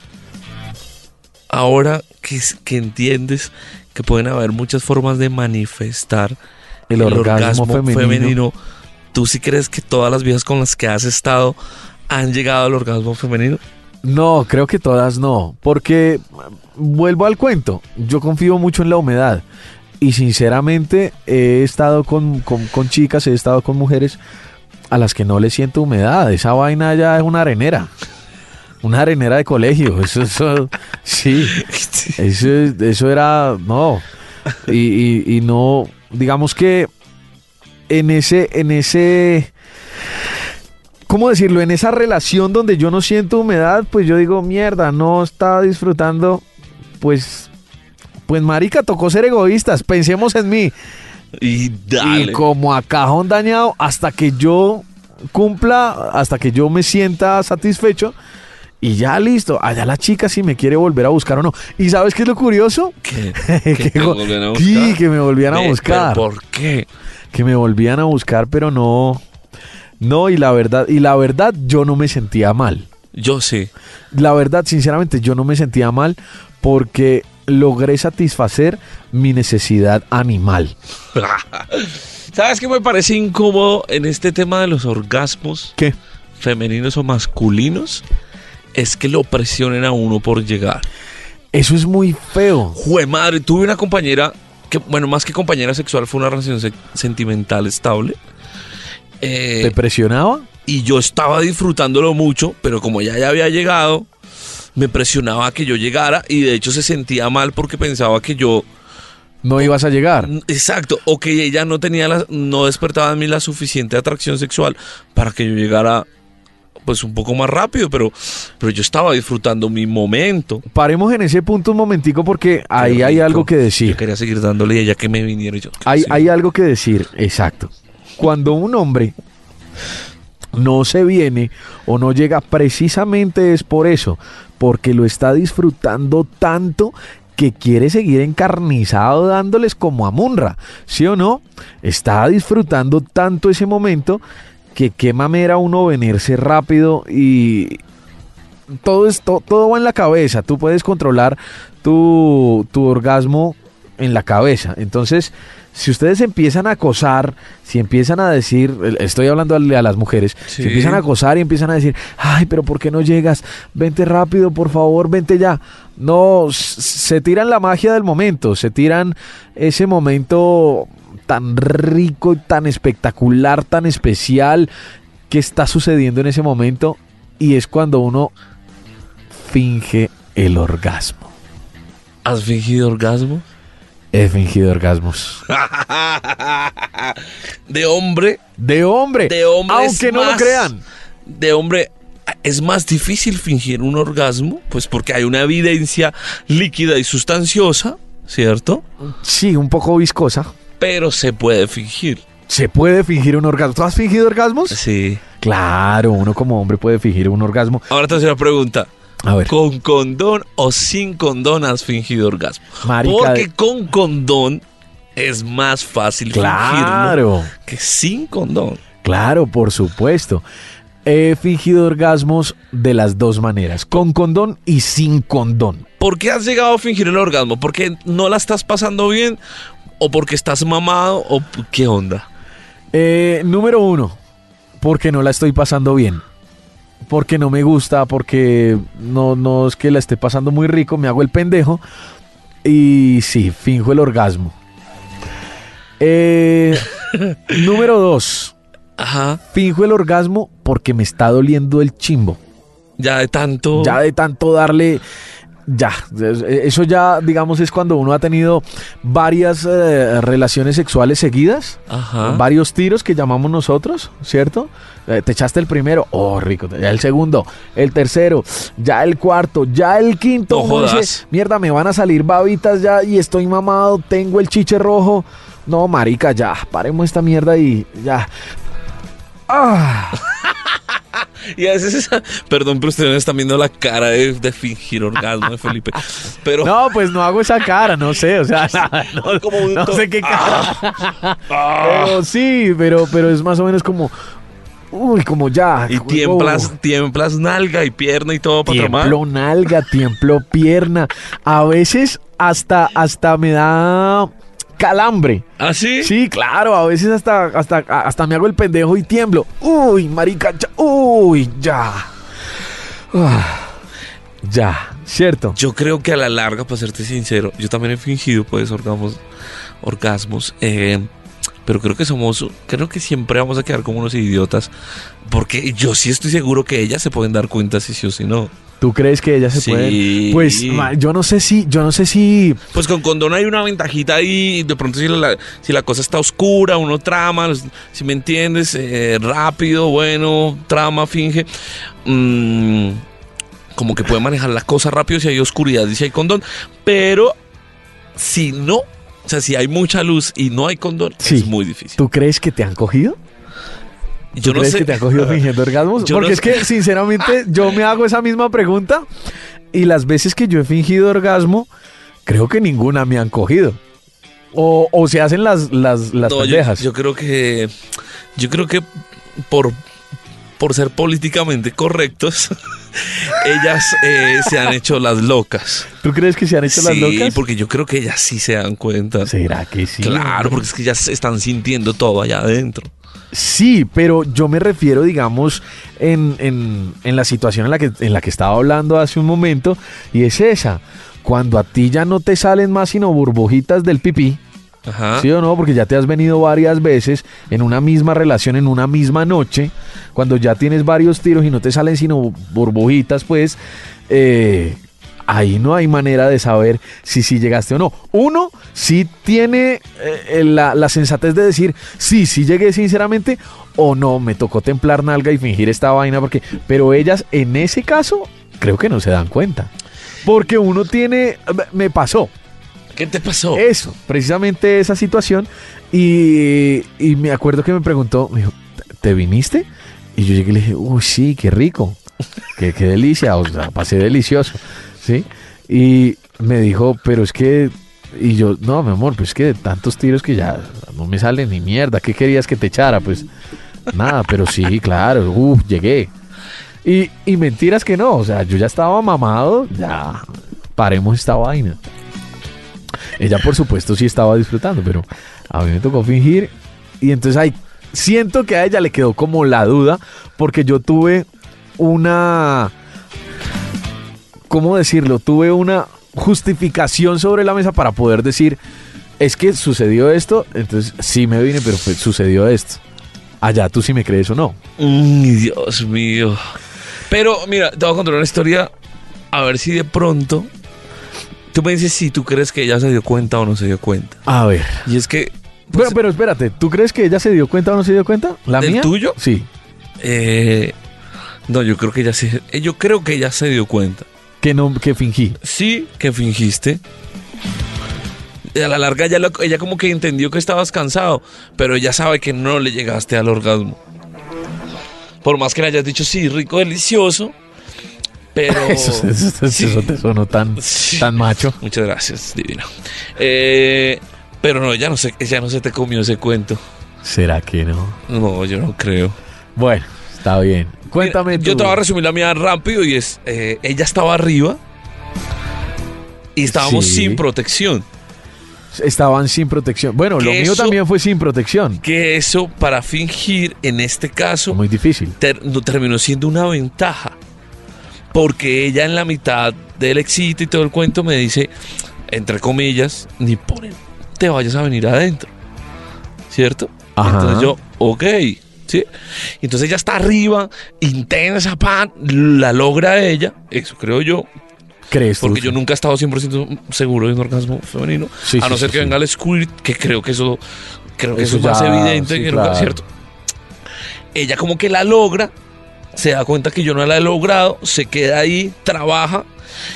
ahora que, es- que entiendes que pueden haber muchas formas de manifestar El orgasmo femenino. ¿tú sí crees que todas las viejas con las que has estado han llegado al orgasmo femenino? No, creo que todas no, porque mm, vuelvo al cuento, yo confío mucho en la humedad y sinceramente he estado con, con- con chicas, he estado con mujeres a las que no le siento humedad, esa vaina ya es una arenera, una arenera de colegio, eso, eso- sí, eso, es- eso era, no, y, y- y no, digamos que en ese, en ese... ¿cómo decirlo? En esa relación donde yo no siento humedad, pues yo digo, mierda, no está disfrutando, pues... Pues marica, tocó ser egoístas, pensemos en mí. Y dale. Y como a cajón dañado, hasta que yo cumpla, hasta que yo me sienta satisfecho, y ya listo, allá la chica si me quiere volver a buscar o no. ¿Y sabes qué es lo curioso? ¿Qué? Que, te volvían a sí, buscar. que me volvían a Ve, buscar. ¿pero ¿Por qué? que me volvían a buscar, pero no. No, y la verdad, y la verdad, yo no me sentía mal. Yo sí. La verdad, sinceramente, yo no me sentía mal porque logré satisfacer mi necesidad animal. ¿Sabes qué me parece incómodo en este tema de los orgasmos ¿Qué? femeninos o masculinos? Es que lo presionen a uno por llegar. Eso es muy feo. Jue madre, tuve una compañera que, bueno, más que compañera sexual, fue una relación se- sentimental estable. Eh, ¿Te presionaba? y yo estaba disfrutándolo mucho, pero como ella ya había llegado, me presionaba a que yo llegara y de hecho se sentía mal porque pensaba que yo No ibas a llegar. Exacto, o que ella no tenía la- no despertaba en mí la suficiente atracción sexual para que yo llegara pues un poco más rápido, pero, pero yo estaba disfrutando mi momento. Paremos en ese punto un momentico porque ahí hay rico. algo que decir. Yo quería seguir dándole y ella que me viniera y yo. Hay, sí. hay algo que decir, exacto. Cuando un hombre no se viene o no llega, precisamente es por eso, porque lo está disfrutando tanto que quiere seguir encarnizado dándoles como a Munra, ¿sí o no? Está disfrutando tanto ese momento que qué mamera uno venirse rápido y todo, es, to- todo va en la cabeza, tú puedes controlar tu, tu orgasmo en la cabeza, entonces si ustedes empiezan a acosar, si empiezan a decir, el- estoy hablando al- a las mujeres, Sí. si empiezan a acosar y empiezan a decir, ay, pero ¿por qué no llegas? Vente rápido, por favor, vente ya. No, s- se tiran la magia del momento, se tiran ese momento tan rico, tan espectacular, tan especial que está sucediendo en ese momento y es cuando uno finge el orgasmo. ¿Has fingido orgasmo? He fingido orgasmos. de hombre, De hombre, de hombre. es aunque no más- lo crean. De hombre. Es más difícil fingir un orgasmo, pues porque hay una evidencia líquida y sustanciosa, ¿cierto? Sí, un poco viscosa. Pero se puede fingir. Se puede fingir un orgasmo. ¿Tú has fingido orgasmos? Sí. Claro, uno como hombre puede fingir un orgasmo. Ahora te hace una pregunta. A ver, ¿Con condón o sin condón has fingido orgasmo? marica. Porque con condón es más fácil fingirlo claro, que sin condón. claro, por supuesto. He fingido orgasmos de las dos maneras, con condón y sin condón. ¿Por qué has llegado a fingir el orgasmo? ¿Porque no la estás pasando bien? ¿O porque estás mamado? ¿O p- qué onda? Eh, número uno, porque no la estoy pasando bien. Porque no me gusta, porque no, no es que la esté pasando muy rico, me hago el pendejo. Y sí, finjo el orgasmo. Eh, número dos, Ajá, finjo el orgasmo porque me está doliendo el chimbo. ya de tanto. Ya de tanto darle Ya, e, eso ya, digamos, es cuando uno ha tenido varias eh, relaciones sexuales seguidas, Ajá. varios tiros que llamamos nosotros, ¿cierto? Eh, te echaste el primero, oh, rico, ya el segundo, el tercero, ya el cuarto, ya el quinto. No uno dice, jodas. Mierda, me van a salir babitas ya y estoy mamado, tengo el chiche rojo. No, marica, ya, paremos esta mierda y ya. Ah, Y a veces, perdón, pero ustedes están viendo la cara de, de fingir orgasmo de Felipe. Pero no, pues no hago esa cara, no sé, o sea, no, Como un no to- sé qué cara. Ah. Pero sí, pero, pero es más o menos como. Uy, como ya. y huevo. tiemblas, tiemblas nalga y pierna y todo para tomar. Tiempló nalga, tiempló pierna. A veces hasta, hasta me da calambre. ¿Así? Sí, claro, a veces hasta, hasta, hasta me hago el pendejo y tiemblo. Uy, marica, ya- uy, ya. Ah, ya, ¿cierto? Yo creo que a la larga, para serte sincero, yo también he fingido pues orgasmos, orgasmos, eh, pero creo que somos, creo que siempre vamos a quedar como unos idiotas, porque yo sí estoy seguro que ellas se pueden dar cuenta si sí o si no. ¿Tú crees que ella se Sí. puede? Pues ma- yo no sé si, yo no sé si Pues con condón hay una ventajita ahí, de pronto si la, si la cosa está oscura, uno trama, si me entiendes, eh, rápido, bueno, trama, finge. Mm, como que puede manejar la cosa rápido si hay oscuridad y si hay condón, pero si no, o sea, si hay mucha luz y no hay condón, Sí. es muy difícil. ¿Tú crees que te han cogido? Yo no ¿Crees sé. que te ha cogido fingiendo orgasmos? Yo Porque no es que, sinceramente, yo me hago esa misma pregunta y las veces que yo he fingido orgasmo, creo que ninguna me han cogido. O, o se hacen las, las, las No, yo- pendejas. Yo, creo que. Yo creo que por, por ser políticamente correctos, ellas eh, se han hecho las locas. ¿Tú crees que se han hecho las sí, locas? porque yo creo que ellas sí se dan cuenta. ¿Será que sí? Claro, porque es que ellas están sintiendo todo allá adentro. Sí, pero yo me refiero, digamos, en, en- en la situación en la, que, en la que estaba hablando hace un momento, y es esa. Cuando a ti ya no te salen más sino burbujitas del pipí, Ajá. ¿Sí o no? Porque ya te has venido varias veces en una misma relación, en una misma noche, cuando ya tienes varios tiros y no te salen sino burbujitas, pues eh, ahí no hay manera de saber si sí llegaste o no. Uno sí tiene eh, la, la sensatez de decir, sí, sí llegué sinceramente o no, me tocó templar nalga y fingir esta vaina, porque, pero ellas en ese caso creo que no se dan cuenta. Porque uno tiene, me pasó, ¿Qué te pasó? eso, precisamente esa situación. Y, y me acuerdo que me preguntó, me dijo, ¿te viniste? Y yo llegué y le dije, uy, sí, qué rico, qué, qué delicia, o sea, pasé delicioso, ¿sí? Y me dijo, pero es que, y yo, no, mi amor, pues es que de tantos tiros que ya no me sale ni mierda, ¿qué querías que te echara? Pues nada, pero sí, claro, uff, llegué. Y, y mentiras que no, o sea, yo ya estaba mamado, ya, paremos esta vaina. Ella, por supuesto, sí estaba disfrutando, pero a mí me tocó fingir. Y entonces ahí siento que a ella le quedó como la duda, porque yo tuve una. ¿Cómo decirlo? Tuve una justificación sobre la mesa para poder decir: es que sucedió esto, entonces sí me vine, pero pues sucedió esto. Allá tú sí me crees o no. Uy, Dios mío. Pero mira, te voy a contar una historia. A ver si de pronto. Tú me dices si tú crees que ella se dio cuenta o no se dio cuenta. A ver. Y es que. Pero, pues, pero espérate, ¿tú crees que ella se dio cuenta o no se dio cuenta? ¿La ¿Del mía? tuyo? Sí. eh, no, yo creo que ella se. eh, Yo creo que ella se dio cuenta. Que, no, que fingí. Sí, que fingiste. Y A la larga ella, lo- ella como que entendió que estabas cansado, pero ella sabe que no le llegaste al orgasmo. Por más que le hayas dicho, sí, rico, delicioso, pero... Eso, eso- eso- Sí. eso te sonó tan, Sí. tan macho. Muchas gracias, divino. Eh, pero no, ella no, se, ella no se te comió ese cuento. ¿Será que no? No, yo no creo. Bueno, está bien. Cuéntame Mira, Yo tú. te voy a resumir la mía rápido y es, eh, ella estaba arriba y estábamos Sí. sin protección. Estaban sin protección. Bueno, lo Que mío eso- también fue sin protección. que eso para fingir en este caso Muy difícil. ter- no- terminó siendo una ventaja. Porque ella en la mitad del éxito y todo el cuento me dice, entre comillas, ni por el- te vayas a venir adentro. ¿Cierto? Ajá. Entonces yo, ok. ¿sí? Entonces ella está arriba, intensa, pan, la logra ella, eso creo yo. ¿Crees tú? Porque yo nunca he estado 100% seguro de un orgasmo femenino. Sí, a sí, no sí, ser que sí. venga el squirt, que creo que eso, creo que Eso eso es más ya, evidente sí, que nunca- claro. ¿cierto? Ella como que la logra, se da cuenta que yo no la he logrado, se queda ahí, trabaja.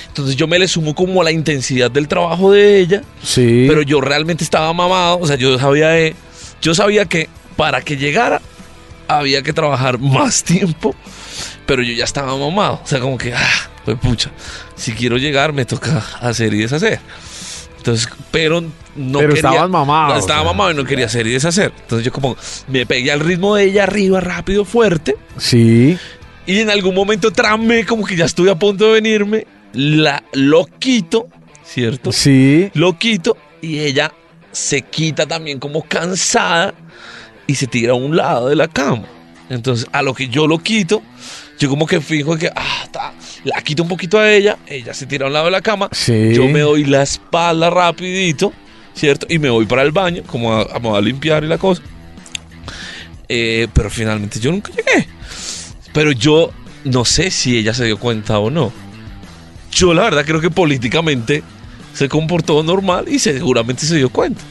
Entonces yo me le sumo como a la intensidad del trabajo de ella, Sí. pero yo realmente estaba mamado, o sea, yo sabía de- yo sabía que para que llegara había que trabajar más tiempo, pero yo ya estaba mamado, o sea, como que, ah, pues pucha, si quiero llegar me toca hacer y deshacer. Entonces, pero no Pero quería, estabas mamado, no, o estaba sea. mamado y no quería hacer y deshacer. Entonces yo como me pegué al ritmo de ella arriba, rápido, fuerte. Sí. Y en algún momento tramé como que ya estuve a punto de venirme. La lo quito, ¿cierto? Sí. Lo quito y ella se quita también como cansada y se tira a un lado de la cama. Entonces, a lo que yo lo quito, yo como que fijo que ah, ta, la quito un poquito a ella, ella se tira a un lado de la cama, Sí. yo me doy la espalda rapidito, ¿cierto? Y me voy para el baño, como a, a- me voy a limpiar y la cosa. Eh, pero finalmente yo nunca llegué. Pero yo no sé si ella se dio cuenta o no. Yo la verdad creo que políticamente se comportó normal y seguramente se dio cuenta.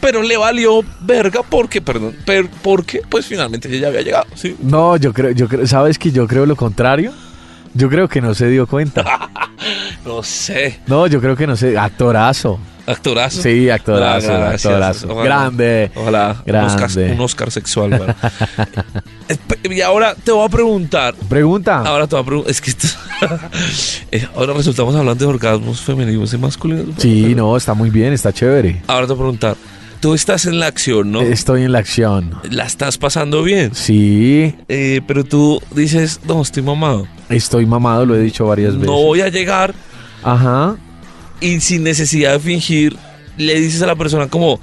Pero le valió verga porque, perdón, per- porque pues finalmente ella ya había llegado, ¿sí? No, yo creo, yo creo, ¿sabes que yo creo lo contrario? Yo creo que no se dio cuenta. No sé, No, yo creo que no se. Actorazo. actorazo. Sí, actorazo, Ah, gracias. actorazo. Ojalá. Grande. Ojalá. Un, Grande. Oscar, un Oscar sexual. ¿verdad? Espe- y ahora te voy a preguntar. Pregunta. Ahora te voy a preguntar. Es que esto- eh, ahora resultamos hablando de orgasmos femeninos y masculinos. Sí, no, está muy bien, está chévere. Ahora te voy a preguntar. Tú estás en la acción, ¿no? Estoy en la acción. La estás pasando bien. Sí, Eh, pero tú dices, no, estoy mamado. estoy mamado, lo he dicho varias veces. No voy a llegar Ajá. y sin necesidad de fingir, le dices a la persona como,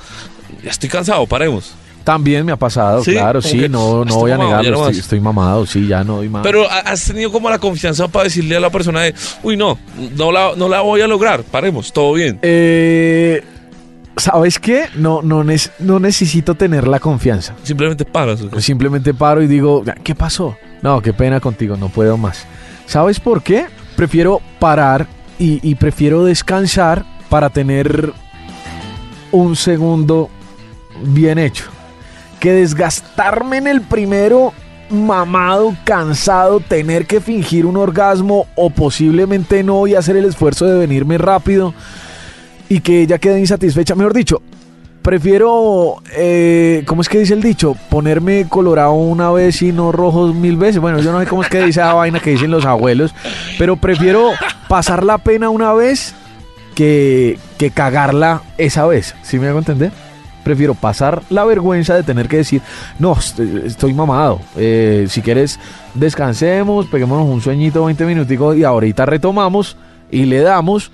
ya estoy cansado, paremos. También me ha pasado, Sí, claro, como sí, que, no, no estoy voy a mamado, ya negarlo, no estoy, más. estoy mamado, sí, ya no doy más. Pero ha- has tenido como la confianza para decirle a la persona de, uy, no, no la, no la voy a lograr, paremos, todo bien. Eh, ¿Sabes qué? No, no, nes- no necesito tener la confianza. Simplemente paras. ¿ok? Simplemente paro y digo, ¿qué pasó? No, qué pena contigo, no puedo más. ¿Sabes por qué? Prefiero parar y, y prefiero descansar para tener un segundo bien hecho. Que desgastarme en el primero mamado, cansado, tener que fingir un orgasmo o posiblemente no y hacer el esfuerzo de venirme rápido y que ella quede insatisfecha. Mejor dicho, Prefiero, eh, ¿cómo es que dice el dicho? Ponerme colorado una vez y no rojos mil veces. Bueno, yo no sé cómo es que dice esa vaina que dicen los abuelos, pero prefiero pasar la pena una vez que, que cagarla esa vez. ¿Sí me hago entender? Prefiero pasar la vergüenza de tener que decir, no, estoy, estoy mamado. Eh, si quieres, descansemos, peguémonos un sueñito 20 minuticos y ahorita retomamos y le damos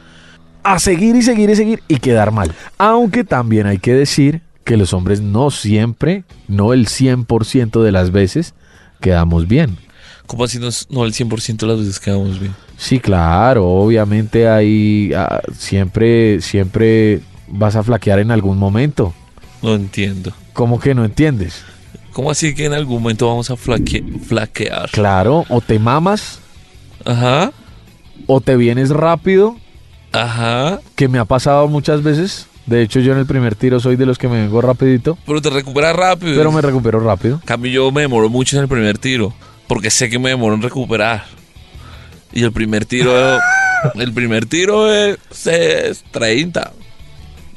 a seguir y seguir y seguir y quedar mal. Aunque también hay que decir que los hombres no siempre, no el 100% de las veces, quedamos bien. Como así no, es- no el 100% de las veces quedamos bien. Sí, claro, obviamente hay ah, siempre siempre vas a flaquear en algún momento. No entiendo. ¿Cómo que no entiendes? ¿Cómo así que en algún momento vamos a flaque- flaquear? Claro, o te mamas Ajá, o te vienes rápido, ajá. que me ha pasado muchas veces. De hecho, yo en el primer tiro soy de los que me vengo rapidito, Pero te recuperas rápido. pero me recupero rápido. En cambio, yo me demoro mucho en el primer tiro. Porque sé que me demoro en recuperar. Y el primer tiro. el primer tiro es, es 30.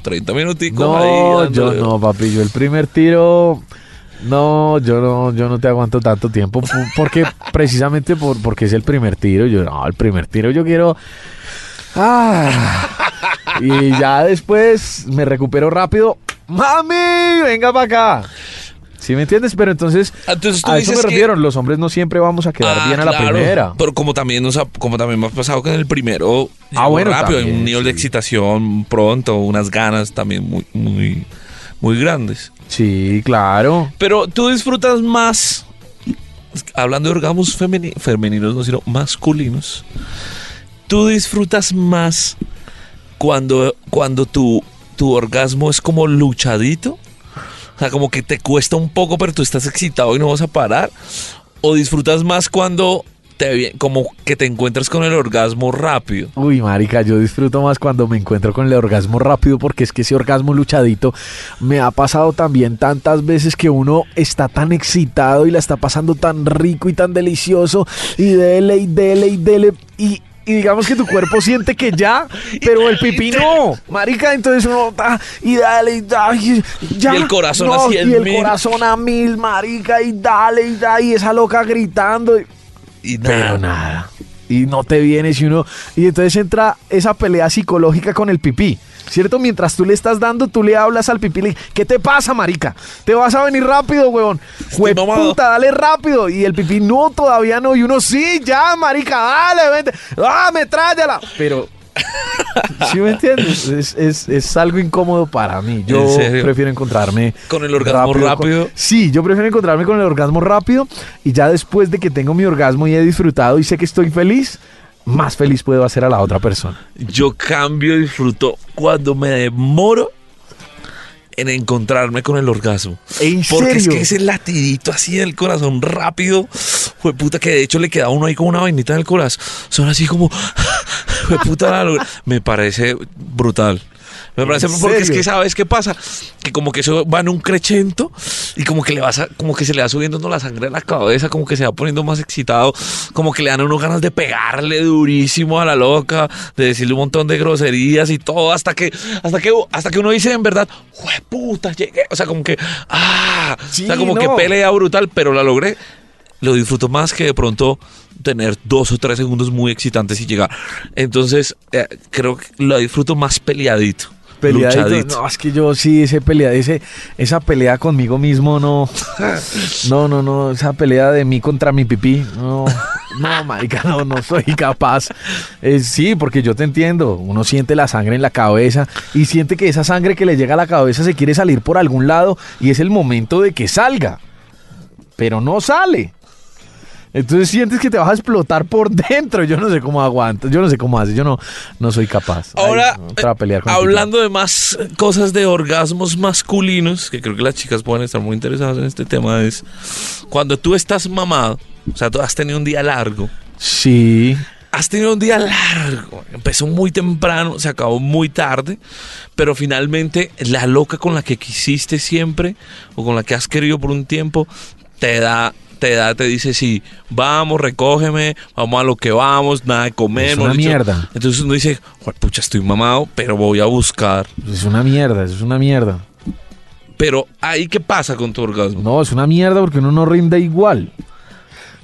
30 minuticos No, ahí. yo dándole. no, papi. Yo el primer tiro. No, yo no, yo no te aguanto tanto tiempo. pu- Porque, precisamente por, porque es el primer tiro. Yo, no, el primer tiro yo quiero. Ah. Y ya después me recupero rápido. ¡Mami! ¡Venga para acá! ¿Sí me entiendes? Pero entonces. Ah, Entonces tú A eso dices me que- refiero. Los hombres no siempre vamos a quedar Ah, bien a la claro, primera. Pero como también, nos ha- como también me ha pasado que en el primero. Ah, llegó bueno, Rápido, también, un nivel de sí. excitación pronto, unas ganas también muy, muy, muy grandes. Sí, claro. Pero tú disfrutas más, hablando de orgasmos femeni- femeninos, no sino masculinos, tú disfrutas más cuando, cuando tu, tu orgasmo es como luchadito, o sea, como que te cuesta un poco, pero tú estás excitado y no vas a parar, o disfrutas más cuando te vi- como que te encuentras con el orgasmo rápido. Uy, marica, yo disfruto más cuando me encuentro con el orgasmo rápido porque es que ese orgasmo luchadito me ha pasado también tantas veces que uno está tan excitado y la está pasando tan rico y tan delicioso y dele y dele y dele y, y digamos que tu cuerpo siente que ya, pero el pipí no, marica, entonces uno ah, y dale y dale y ya. Y el corazón no, a cien y el mil. corazón a mil, marica, y dale y dale y esa loca gritando. y- Y pero nada. nada. Y no te vienes y uno. Y entonces entra esa pelea psicológica con el pipí. ¿Cierto? Mientras tú le estás dando, tú le hablas al pipí. Le, ¿Qué te pasa, marica? ¿Te vas a venir rápido, huevón? Estoy mamado. puta, dale rápido. Y el pipí, no, todavía no. Y uno, sí, ya, marica, dale, vente. ¡Ah, me tráyala! Pero. ¿Sí me entiendes? Es, es- es algo incómodo para mí. Yo ¿En serio? prefiero encontrarme. Con el orgasmo con- rápido. Sí, yo prefiero encontrarme con el orgasmo rápido y ya después de que tengo mi orgasmo y he disfrutado y sé que estoy feliz, más feliz puedo hacer a la otra persona. Yo cambio y disfruto cuando me demoro en encontrarme con el orgasmo. ¿En Porque es serio? que ese latidito así del corazón rápido, fue puta, que de hecho le queda a uno ahí como una vainita en el corazón. Son así como, fue puta, la locura. me parece brutal. Me parece ¿En porque es serio? que sabes qué pasa, que como que eso va en un crescendo y como que le vas a- como que se le va subiendo ¿no? la sangre a la cabeza, como que se va poniendo más excitado, como que le dan a uno ganas de pegarle durísimo a la loca, de decirle un montón de groserías y todo hasta que hasta que hasta que uno dice en verdad, puta, llegué", o sea, como que ah, o sea, Sí, como que no. pelea brutal, pero la logré. Lo disfruto más que de pronto tener dos o tres segundos muy excitantes y llegar. Entonces, eh, creo que lo disfruto más peleadito. Peleadito, luchadito. no, es que yo sí, ese pelea, ese, esa pelea conmigo mismo, no, no, no, no, esa pelea de mí contra mi pipí, no, no, marica, no, no soy capaz. Eh, sí, porque yo te entiendo, uno siente la sangre en la cabeza y siente que esa sangre que le llega a la cabeza se quiere salir por algún lado y es el momento de que salga, pero no sale. Entonces sientes que te vas a explotar por dentro. Yo no sé cómo aguantas, yo no sé cómo haces, yo no, no soy capaz. Ay, Ahora, eh, no, otra pelea con el pipí. hablando de más cosas de orgasmos masculinos, que creo que las chicas pueden estar muy interesadas en este tema, es cuando tú estás mamado, o sea, tú has tenido un día largo, Sí. Has tenido un día largo. Empezó muy temprano, se acabó muy tarde, pero finalmente la loca con la que quisiste siempre o con la que has querido por un tiempo te da te da te dice sí, vamos, recógeme, vamos a lo que vamos, nada de comer, Es mejor una dicho. mierda. Entonces uno dice, "Jue- pucha, estoy mamado, pero voy a buscar. Es una mierda, es una mierda. Pero ahí qué pasa con tu orgasmo? No, es una mierda porque uno no rinde igual.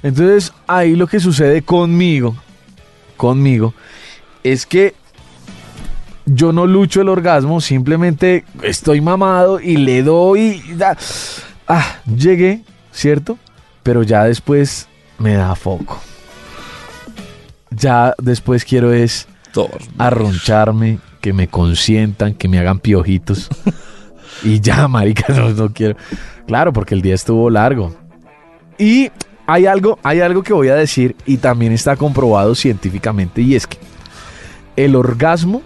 Entonces, ahí lo que sucede conmigo, conmigo, es que yo no lucho el orgasmo, simplemente estoy mamado y le doy. y da- Ah, llegué, ¿cierto? Pero ya después me da foco. Ya después quiero es Tor- arroncharme, que me consientan, que me hagan piojitos. y ya, marica, no, no quiero. Claro, porque el día estuvo largo. Y hay algo, hay algo que voy a decir y también está comprobado científicamente y es que el orgasmo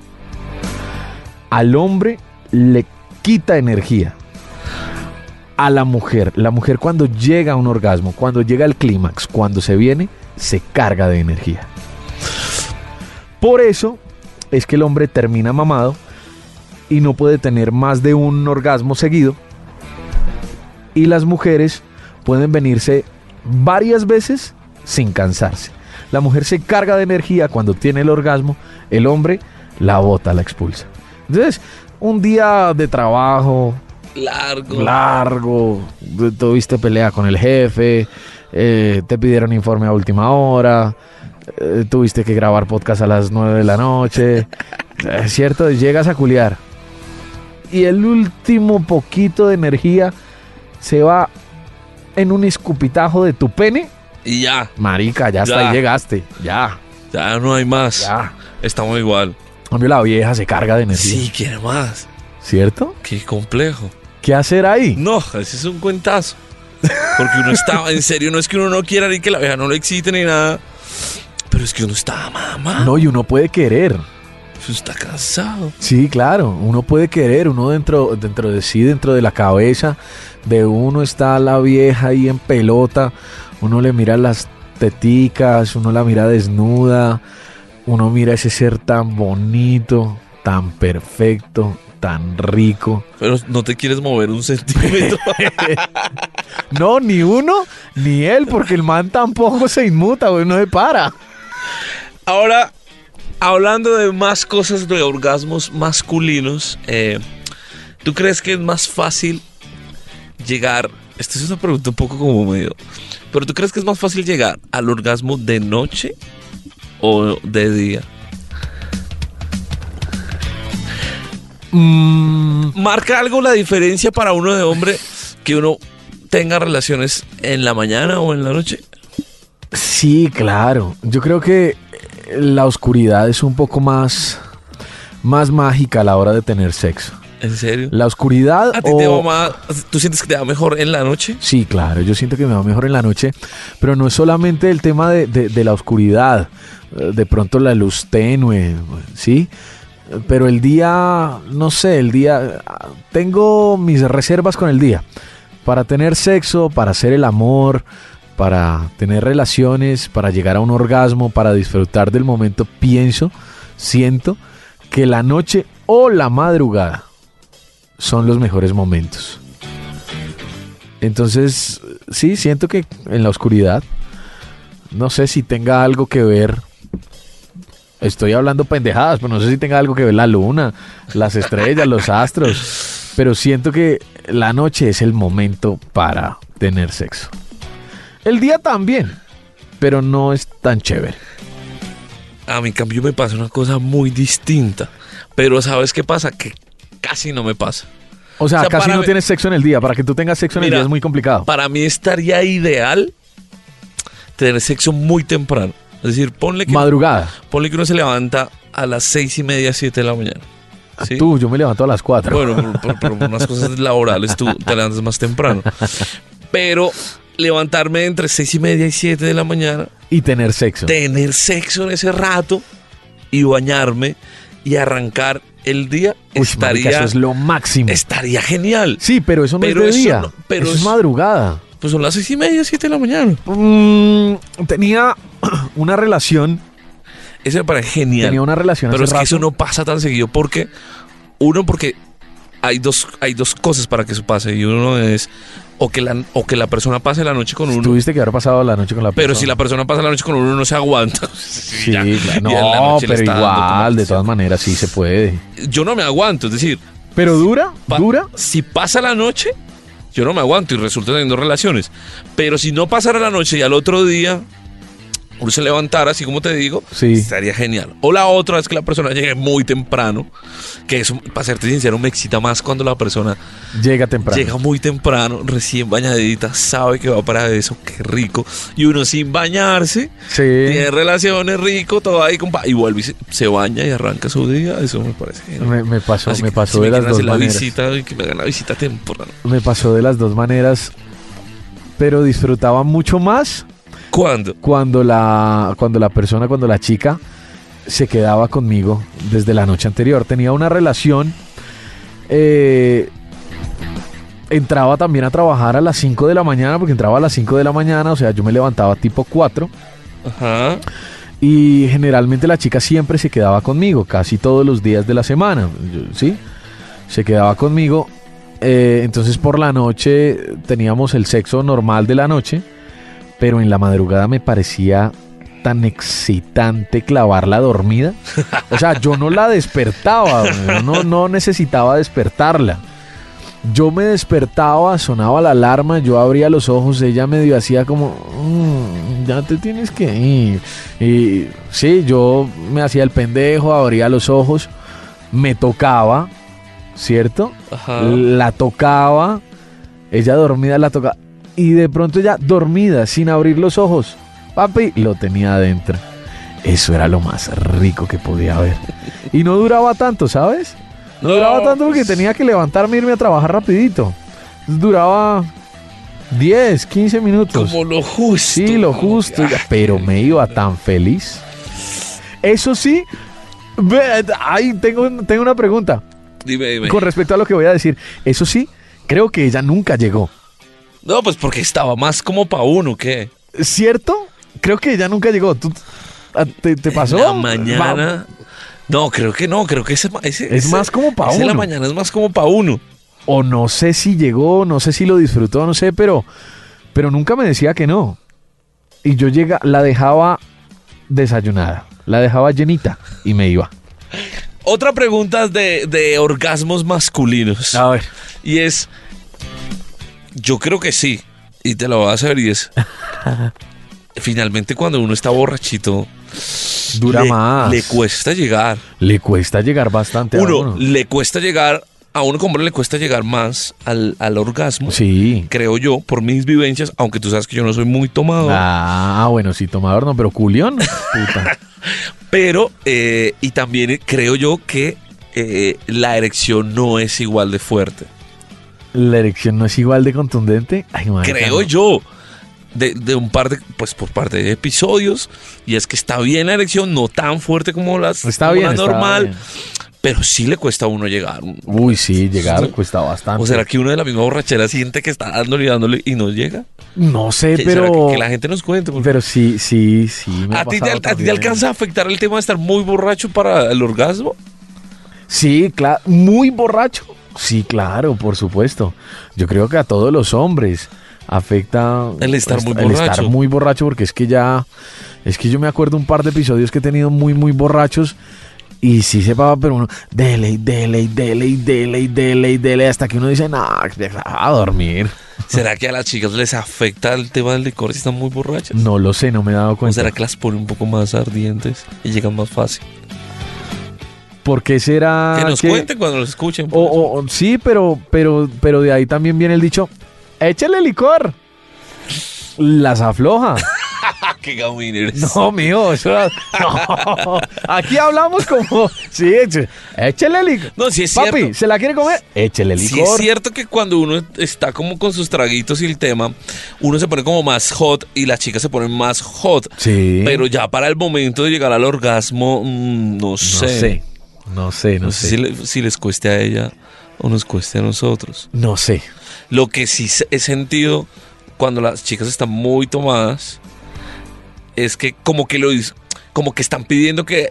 al hombre le quita energía. A la mujer, la mujer cuando llega a un orgasmo, cuando llega al clímax, cuando se viene, se carga de energía. Por eso es que el hombre termina mamado y no puede tener más de un orgasmo seguido. Y las mujeres pueden venirse varias veces sin cansarse. La mujer se carga de energía cuando tiene el orgasmo, el hombre la bota, la expulsa. Entonces, un día de trabajo, largo. largo, tu- tuviste pelea con el jefe, eh, te pidieron informe a última hora, eh, tuviste que grabar podcast a las 9 de la noche, es cierto, llegas a culiar. Y el último poquito de energía se va en un escupitajo de tu pene. Y ya, Marica, ya hasta Ya. ahí llegaste, ya, ya no hay más. ya. Estamos igual. En cambio, la vieja se carga de energía, Sí, quiere más. ¿cierto? Qué complejo. ¿Qué hacer ahí? No, ese es un cuentazo. Porque uno está, en serio, no es que uno no quiera ni que la vieja no lo excite ni nada. Pero es que uno está mamá. No, y uno puede querer. Uno está cansado. Sí, claro, uno puede querer, uno dentro, dentro de sí, dentro de la cabeza de uno está la vieja ahí en pelota, uno le mira las teticas, uno la mira desnuda, uno mira ese ser tan bonito, tan perfecto, tan rico. Pero no te quieres mover un centímetro. No, ni uno, ni él, porque el man tampoco se inmuta, güey, no se para. Ahora, hablando de más cosas de orgasmos masculinos, eh, ¿tú crees que es más fácil llegar? Esta es una pregunta un poco como medio. Pero ¿tú crees que es más fácil llegar al orgasmo de noche o de día? Mm, ¿Marca algo la diferencia para uno de hombre que uno tenga relaciones en la mañana o en la noche? sí, claro. Yo creo que eh, la oscuridad es un poco más, más mágica a la hora de tener sexo. ¿En serio? La oscuridad ¿A ti te va o, más- ¿Tú sientes que te va mejor en la noche? Sí, claro, yo siento que me va mejor en la noche, pero no es solamente el tema de, de- de la oscuridad, eh, de pronto la luz tenue, ¿sí? Pero el día, no sé, el día, ah, tengo mis reservas con el día, para tener sexo, para hacer el amor, para tener relaciones, para llegar a un orgasmo, para disfrutar del momento, pienso, siento que la noche o la madrugada son los mejores momentos. Entonces, sí, siento que en la oscuridad, no sé si tenga algo que ver. Estoy hablando pendejadas, pero no sé si tenga algo que ver la luna, las estrellas, los astros. Pero siento que la noche es el momento para tener sexo. El día también, pero no es tan chévere. A mí, en cambio, me pasa una cosa muy distinta. Pero ¿sabes qué pasa? Que casi no me pasa. O sea, O sea, casi para no mí- tienes sexo en el día. Para que tú tengas sexo en el Mira, día es muy complicado. Para mí estaría ideal tener sexo muy temprano. Es decir, ponle que, Madrugada. ponle que uno se levanta a las seis y media, siete de la mañana. ¿sí? Ah, Tú, yo me levanto a las 4. Bueno, por, por- por unas cosas laborales tú te levantas más temprano. Pero levantarme entre seis y media y siete de la mañana, y tener sexo. tener sexo en ese rato y bañarme y arrancar el día Uy, estaría, marica, eso es lo máximo. estaría genial. Sí, pero eso no Pero es eso de día. no- pero eso es es- madrugada. Pues son las seis y media, siete de la mañana. Mm, tenía una relación. Eso me parece genial. Tenía una relación Pero es hace que eso rato. no pasa tan seguido porque uno porque hay dos hay dos cosas para que eso pase y uno es o que la o que la persona pase la noche con uno, Tuviste que haber pasado la noche con la pero persona. si la persona pasa la noche con uno no se aguanta. Sí, Ya. claro. Y en la No, noche le pero está dando como- igual, de todas maneras, sí se puede. Yo no me aguanto, es decir, Pero dura, pa- dura. si pasa la noche yo no me aguanto y resulta teniendo relaciones, pero si no pasara la noche y al otro día uno se levantara, así como te digo, Sí. Estaría genial. O la otra es que la persona llegue muy temprano, que eso, para serte sincero, me excita más cuando la persona Llega temprano. llega muy temprano, recién bañadita, sabe que va para eso, qué rico. Y uno sin bañarse, tiene Sí. relaciones rico, todo ahí, compa, y vuelve y se, se baña y arranca su día. Eso me parece genial. Me, me pasó, Así me que pasó si de las quieren dos hacer la maneras. visita, y que me hagan la visita temprano. Me pasó de las dos maneras. Pero disfrutaba mucho más ¿Cuándo? cuando la, cuando la persona, cuando la chica se quedaba conmigo desde la noche anterior. Tenía una relación. eh, entraba también a trabajar a las 5 de la mañana, porque entraba a las 5 de la mañana, o sea, yo me levantaba tipo 4. Ajá. Y generalmente la chica siempre se quedaba conmigo, casi todos los días de la semana, yo- ¿sí? Se quedaba conmigo. eh, entonces por la noche teníamos el sexo normal de la noche, pero en la madrugada me parecía tan excitante clavarla dormida. O sea, yo no la despertaba, yo no, no necesitaba despertarla. Yo me despertaba, sonaba la alarma, yo abría los ojos, ella medio hacía como, "Mm, ya te tienes que ir. Y sí, yo me hacía el pendejo, abría los ojos, me tocaba, ¿cierto? Ajá. La tocaba, ella dormida la tocaba. Y de pronto ya dormida, sin abrir los ojos, papi, lo tenía adentro. Eso era lo más rico que podía haber. Y no duraba tanto, ¿sabes? No duraba tanto pues, porque tenía que levantarme e irme a trabajar rapidito. Duraba 10, 15 minutos. Como lo justo. Sí, lo como que, justo. ah, Pero me iba tan feliz. Eso sí, ve- ay, tengo, tengo una pregunta Dime, dime. con respecto a lo que voy a decir. Eso sí, creo que ella nunca llegó. No, pues porque estaba más como pa' uno, ¿qué? ¿Cierto? Creo que ya nunca llegó. ¿Tú, a- te, te pasó? La mañana. No, creo que no, creo que ese, ese- Es ese- más como pa' ese la uno. mañana es más como para uno. O no sé si llegó, no sé si lo disfrutó, no sé, pero, pero nunca me decía que no. Y yo llega, la dejaba desayunada, la dejaba llenita y me iba. Otra pregunta es de, de orgasmos masculinos. ver. Y es, yo creo que sí, y te lo vas a ver y es, finalmente cuando uno está borrachito, Dura le, más. le cuesta llegar. Le cuesta llegar bastante a uno, uno. le cuesta llegar, a uno como hombre le cuesta llegar más al, al orgasmo, Sí. creo yo, por mis vivencias, aunque tú sabes que yo no soy muy tomado, Ah, bueno, sí, tomador no, pero culión. Puta. pero, eh, y también creo yo que eh, la erección no es igual de fuerte. La erección no es igual de contundente. Ay, marica, creo no. yo, de, de un par de, pues por parte de episodios, y es que está bien la erección, no tan fuerte como las Está como bien. la está normal, bien. pero sí le cuesta a uno llegar. Uy, sí, llegar Sí. cuesta bastante. O será que uno de la misma borrachera siente que está dándole y dándole y no llega. No sé, ¿Será Eh, pero. que, que la gente nos cuente. porque Pero sí, sí, sí. me ha ¿A ti, te, pasado al- a ti te también. alcanza a afectar el tema de estar muy borracho para el orgasmo? Sí, claro. Muy borracho. Sí, claro, por supuesto. Yo creo que a todos los hombres afecta pues, El estar muy el estar borracho. muy borracho porque es que ya es que yo me acuerdo un par de episodios que he tenido muy muy borrachos y sí se va, pero uno dele y dele y dele y dele y dele y dele hasta que uno dice, "No, deja a dormir." ¿Será que a las chicas les afecta el tema del licor si están muy borrachas? No lo sé, no me he dado ¿O cuenta. será que las pone un poco más ardientes y llegan más fácil? ¿Por qué será que nos cuenten cuando lo escuchen. Ah, O, o- o- sí, pero, pero, pero de ahí también viene el dicho, échale licor. Las afloja. ¡Ah, qué gamín eres! No, mío, eso era- no. Aquí hablamos como, sí, eche- échale licor. No, sí es Papi, cierto. ¿se la quiere comer? Échele Sí licor. es cierto que cuando uno está como con sus traguitos y el tema, uno se pone como más hot y las chicas se ponen más hot. Sí. Pero ya para el momento de llegar al orgasmo, mm, no no sé. sé. no sé, no, No sé sé. si, le- si les cueste a ella o nos cueste a nosotros. No sé. Lo que sí se- he sentido cuando las chicas están muy tomadas es que como que lo dis- como que están pidiendo que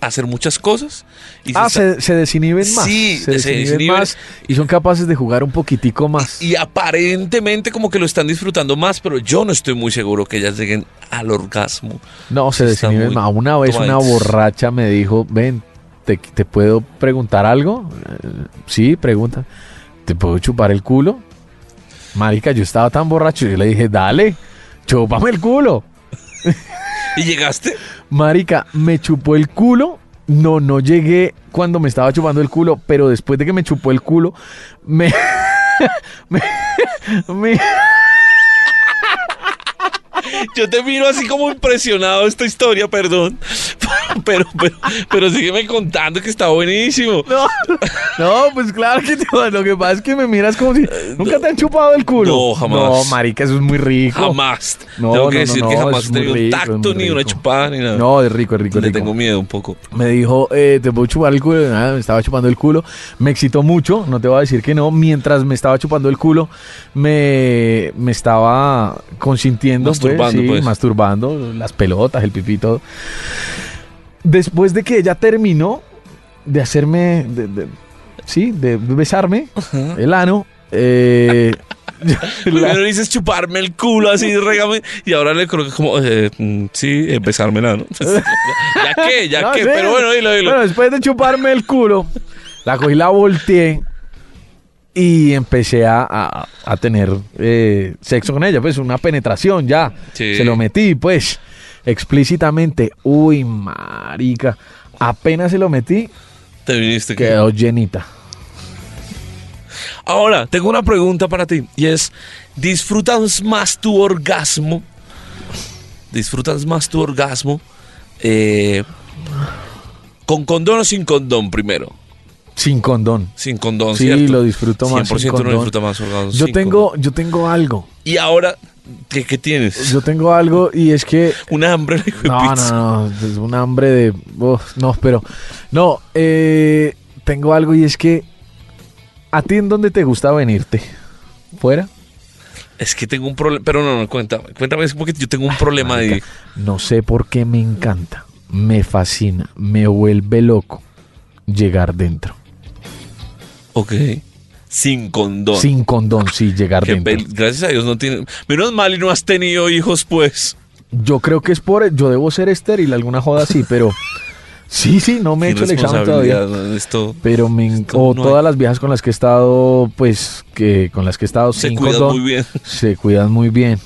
hacer muchas cosas y se ah, está- se, se desinhiben más. Sí, se se desinhiben desinhiben. más y son capaces de jugar un poquitico más. Y aparentemente como que lo están disfrutando más, pero yo no estoy muy seguro que ellas lleguen al orgasmo. No, se Está desinhiben muy más. Una vez una tomaditos. borracha me dijo, ven, ¿te, te puedo preguntar algo? Eh, Sí, pregunta. ¿Te puedo chupar el culo? Marica, yo estaba tan borracho, yo le dije, dale, chúpame el culo. ¿Y llegaste? Marica, me chupó el culo. No, no llegué cuando me estaba chupando el culo, pero después de que me chupó el culo, me... me- me- Yo te miro así como impresionado esta historia, perdón. Pero, pero, pero sígueme contando que está buenísimo. no, no, pues claro que te- lo que pasa es que me miras como si... ¿Nunca te han chupado el culo? Eh, No, jamás. No, marica, eso es muy rico. Jamás. No, Tengo que no, no, decir no, que es jamás muy te dio un rico, es tacto muy ni una rico. chupada ni nada. No, es rico, es rico, es Le rico. tengo miedo un poco. Me dijo, eh, te puedo chupar el culo. Ah, me estaba chupando el culo. Me excitó mucho, no te voy a decir que no. Mientras me estaba chupando el culo, me, me estaba consintiendo. pues, Masturbando, sí, pues. masturbando, las pelotas, el pipí, todo. Después de que ella terminó de hacerme, de- de- sí, de besarme el ano, eh, la- Primero dices chuparme el culo así, regame. Y ahora le creo que como, eh, mm, sí, eh, besármela, ¿no? ya que, ya No, que. sí. Pero bueno, dilo, dilo. Bueno, después de chuparme el culo, la cogí, la volteé y empecé a, a- a tener eh, sexo con ella, pues una penetración ya. Sí. Se lo metí, pues, explícitamente. Uy, marica. Apenas se lo metí, Te viniste. ¿qué? quedó llenita. Ahora, tengo una pregunta para ti y es, ¿disfrutas más tu orgasmo? ¿Disfrutas más tu orgasmo eh, con condón o sin condón primero? Sin condón. Sin condón, Sí, ¿cierto? lo disfruto más sin 100% no condón. disfruta más orgasmo Yo sin tengo, condón. yo tengo algo. Y ahora, ¿qué, qué tienes? Yo tengo algo y es que Una hambre. la hijo de No, pizza. no, no, es un hambre de... uf, no, pero... No, eh, tengo algo y es que... ¿A ti en dónde te gusta venirte? ¿Fuera? Es que tengo un problema. Pero no, no, cuéntame. Cuéntame, es porque yo tengo un problema de. Marica, No sé por qué me encanta, me fascina, me vuelve loco llegar dentro. Ok. Sin condón. Sin condón, sí, llegar Qué dentro. pel- Gracias a Dios no tiene. Menos mal y no has tenido hijos, pues. Yo creo que es por. Yo debo ser estéril, alguna joda así, pero. Sí, sí, no me he hecho Qué el examen todavía. responsabilidad, ¿no? Esto. Pero me. en- Esto O no hay- todas las viejas con las que he estado, pues, que con las que he estado Se sin cuidan condón, muy bien. Se cuidan muy bien.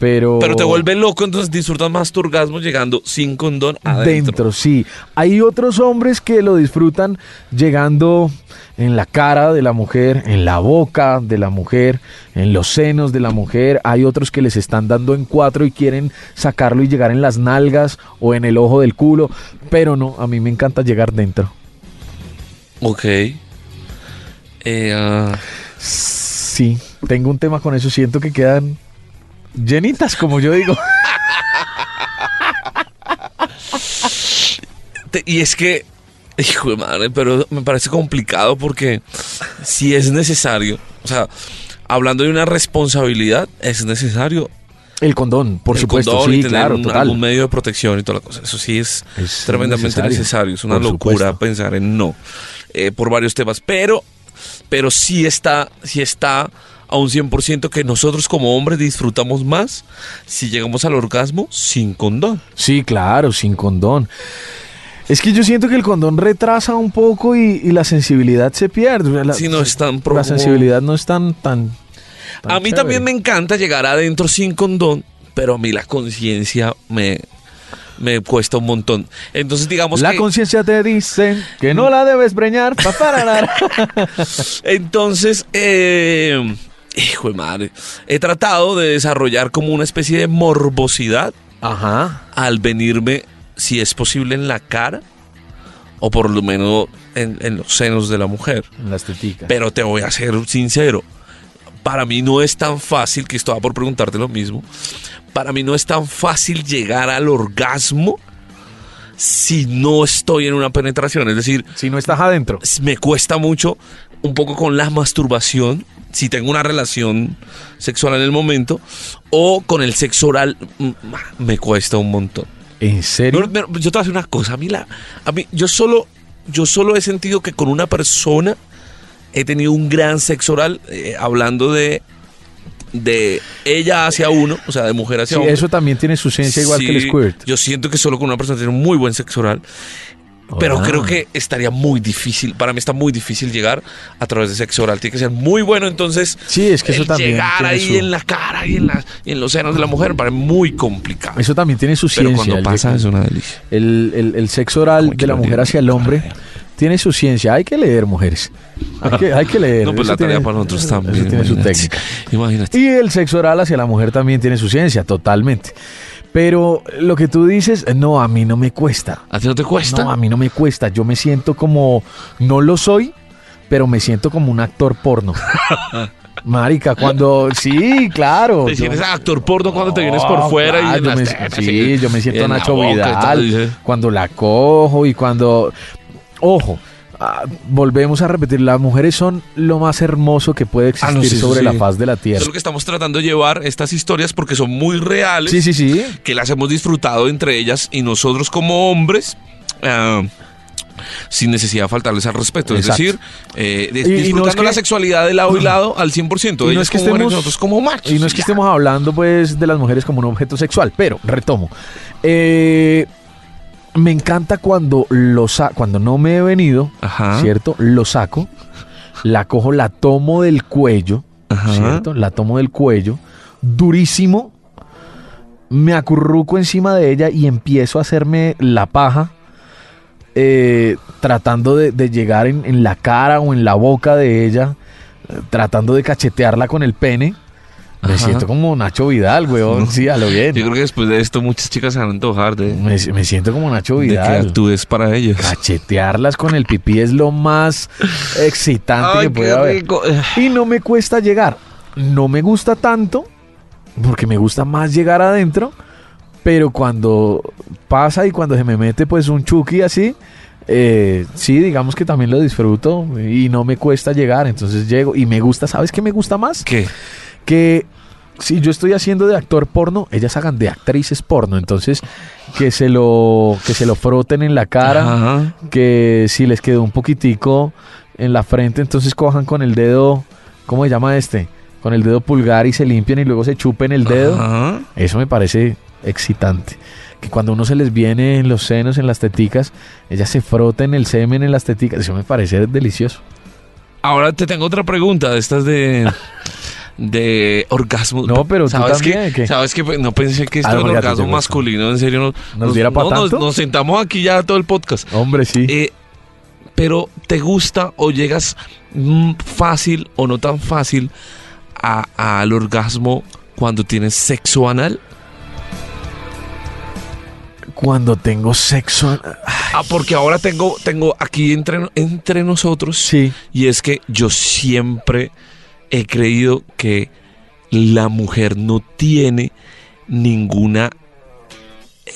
Pero. Pero te vuelve loco, entonces disfrutas más tu orgasmo llegando sin condón adentro. Dentro, sí. Hay otros hombres que lo disfrutan llegando en la cara de la mujer, en la boca de la mujer, en los senos de la mujer. Hay otros que les están dando en cuatro y quieren sacarlo y llegar en las nalgas o en el ojo del culo. Pero no, a mí me encanta llegar dentro. Ok. Eh, ah, Sí, tengo un tema con eso. Siento que quedan llenitas, como yo digo. te- y es que, hijo de madre, pero me parece complicado porque si es necesario, o sea, hablando de una responsabilidad, es necesario El condón, por el supuesto. condón y sí, tener claro, un- total. algún medio de protección y toda la cosa. Eso sí es, Es tremendamente necesario. necesario, Es una por locura supuesto. pensar en no eh, por varios temas, pero, pero sí está, sí está a un 100% que nosotros como hombres disfrutamos más si llegamos al orgasmo sin condón. Sí, claro, sin condón. Es que yo siento que el condón retrasa un poco y, y la sensibilidad se pierde. O sea, La, si no es tan pro- la sensibilidad no es tan tan. tan A mí chévere. también me encanta llegar adentro sin condón, pero a mí la conciencia me, me cuesta un montón. Entonces digamos La que... conciencia te dice que no la debes preñar. pa, para, para. Entonces, eh, hijo de madre, he tratado de desarrollar como una especie de morbosidad Ajá. al venirme, si es posible, en la cara o por lo menos en, en los senos de la mujer. Las teticas. Pero te voy a ser sincero, para mí no es tan fácil, que estaba por preguntarte lo mismo, para mí no es tan fácil llegar al orgasmo si no estoy en una penetración. Es decir, si no estás adentro. me cuesta mucho un poco con la masturbación, si tengo una relación sexual en el momento, o con el sexo oral, mm, me cuesta un montón. ¿En No, serio? no, yo te voy a decir una cosa, a mí, la- a mí yo, solo, yo solo he sentido que con una persona he tenido un gran sexo oral, eh, hablando de, de ella hacia uno, o sea, de mujer hacia Sí, hombre. eso también tiene su ciencia igual que el Sí, squirt. Yo siento que solo con una persona tiene un muy buen sexo oral. Pero Ah. creo que estaría muy difícil, para mí está muy difícil llegar a través de sexo oral. Tiene que ser muy bueno, entonces. Sí, es que eso el también Llegar tiene ahí su- en la cara y en, la- y en los senos de la mujer para mí muy complicado. Eso también tiene su Pero ciencia. cuando el- pasa es una delicia. El, el- el sexo oral de Como la quiero mujer leer. hacia el hombre Ah, tiene su ciencia. Hay que leer, mujeres. Hay que, hay que leer. No, pues Eso la tarea tiene- para nosotros eso también. tiene su imagínate. técnica. Imagínate. Y el sexo oral hacia la mujer también tiene su ciencia, totalmente. Pero lo que tú dices, no, a mí no me cuesta. ¿A ti no te cuesta? No, a mí no me cuesta. Yo me siento como, no lo soy, pero me siento como un actor porno. Marica, cuando... Sí, claro. te yo- vienes a actor porno cuando te vienes No, por fuera Oh, claro, y en yo las me- tetas Sí, y- yo me siento en la Nacho boca y tal, Vidal dice. cuando la cojo y cuando... Ojo, ah, volvemos a repetir, las mujeres son lo más hermoso que puede Ah, existir no, sí, sí, sobre sí. la faz de la Eso Tierra. es lo que estamos tratando de llevar estas historias porque son muy reales. Sí, sí, sí. que las hemos disfrutado entre ellas y nosotros como hombres. ah, sin necesidad de faltarles al respeto, Exacto. es decir, eh, de- Y- y no es disfrutando que- la sexualidad de lado y lado al 100%, Y ellas no es que como mujeres, estemos- nosotros como machos. Y no es que ya. estemos hablando pues de las mujeres como un objeto sexual, pero retomo. Eh, me encanta cuando lo sa- cuando no me he venido, Ajá. ¿cierto? Lo saco, la cojo, la tomo del cuello, Ajá. ¿cierto? La tomo del cuello, durísimo, me acurruco encima de ella y empiezo a hacerme la paja, eh, tratando de, de llegar en, en la cara o en la boca de ella, eh, tratando de cachetearla con el pene. Me Ajá. siento como Nacho Vidal, weón. Sí, a lo bien. Yo creo que después de esto muchas chicas se van a antojar de, de Me, me siento como Nacho que Vidal. actúes para ellas. Cachetearlas con el pipí es lo más excitante que puede haber. rico. Eh, Y no me cuesta llegar. No me gusta tanto, porque me gusta más llegar adentro, pero cuando pasa y cuando se me mete pues un chuki así, eh, sí, digamos que también lo disfruto y no me cuesta llegar, entonces llego y me gusta, ¿sabes qué me gusta más? ¿Qué? Que si yo estoy haciendo de actor porno, ellas hagan de actrices porno. Entonces, que se lo, que se lo froten en la cara, Ajá. que si les quedó un poquitico en la frente, entonces cojan con el dedo, ¿cómo se llama este? Con el dedo pulgar y se limpian y luego se chupen el dedo. Ajá. Eso me parece excitante. Que cuando uno se les viene en los senos, en las teticas, ellas se froten el semen en las teticas. Eso me parece delicioso. Ahora te tengo otra pregunta de estas de. De orgasmo. No, pero tú ¿Sabes qué? también, ¿qué? ¿Sabes qué? Pues, No pensé que esto Ah, era no, un porque a ti te orgasmo gusta. masculino. En serio, no- ¿Nos diera pa' no, nos- tanto? nos sentamos aquí ya todo el podcast. Hombre, sí. Eh, pero ¿te gusta o llegas mm, fácil o no tan fácil a- al orgasmo cuando tienes sexo anal? Cuando tengo sexo. Ah, porque ahora tengo, tengo aquí entre, entre nosotros Sí. y es que yo siempre he creído que la mujer no tiene ninguna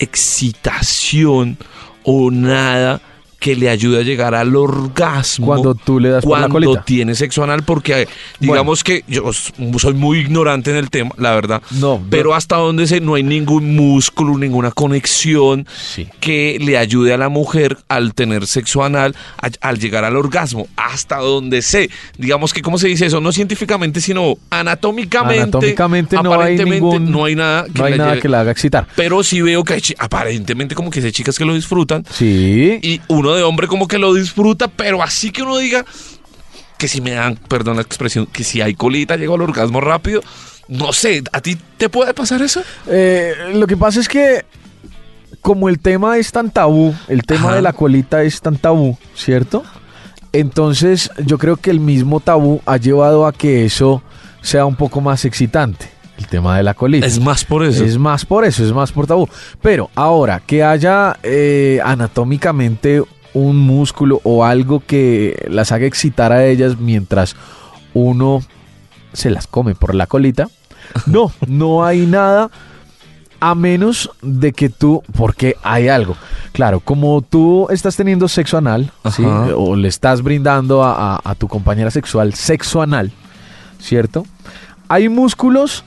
excitación o nada que le ayude a llegar al orgasmo. Cuando tú le das por la cuando colita. tiene sexo anal, porque eh, digamos que yo s- soy muy ignorante en el tema, la verdad. No, yo- Pero hasta donde se no hay ningún músculo, ninguna conexión Sí. que le ayude a la mujer al tener sexo anal, a- al llegar al orgasmo, hasta donde sé. Digamos que, ¿cómo se dice eso? No científicamente, sino anatómicamente. Anatómicamente no hay aparentemente, ningún- no hay nada que No hay la nada lleve. que la haga excitar. Pero sí veo que hay chi- aparentemente como que hay chicas que lo disfrutan Sí. y uno de hombre como que lo disfruta, pero así que uno diga que si me dan, perdón la expresión, que si hay colita llego al orgasmo rápido, no sé, ¿a ti te puede pasar eso? Eh, lo que pasa es que como el tema es tan tabú, el tema Ajá. de la colita es tan tabú, ¿cierto? Entonces yo creo que el mismo tabú ha llevado a que eso sea un poco más excitante, el tema de la colita. Es más por eso. Es más por eso, es más por tabú. Pero ahora, que haya eh, anatómicamente un músculo o algo que las haga excitar a ellas mientras uno se las come por la colita. No, no hay nada a menos de que tú, porque hay algo. Claro, como tú estás teniendo sexo anal, ¿sí? Ajá. o le estás brindando a, a- a tu compañera sexual sexo anal, ¿cierto? Hay músculos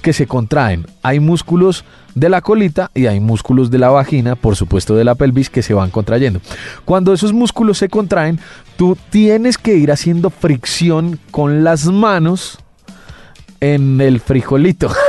que se contraen, hay músculos de la colita y hay músculos de la vagina, por supuesto de la pelvis, que se van contrayendo. Cuando esos músculos se contraen, tú tienes que ir haciendo fricción con las manos en el frijolito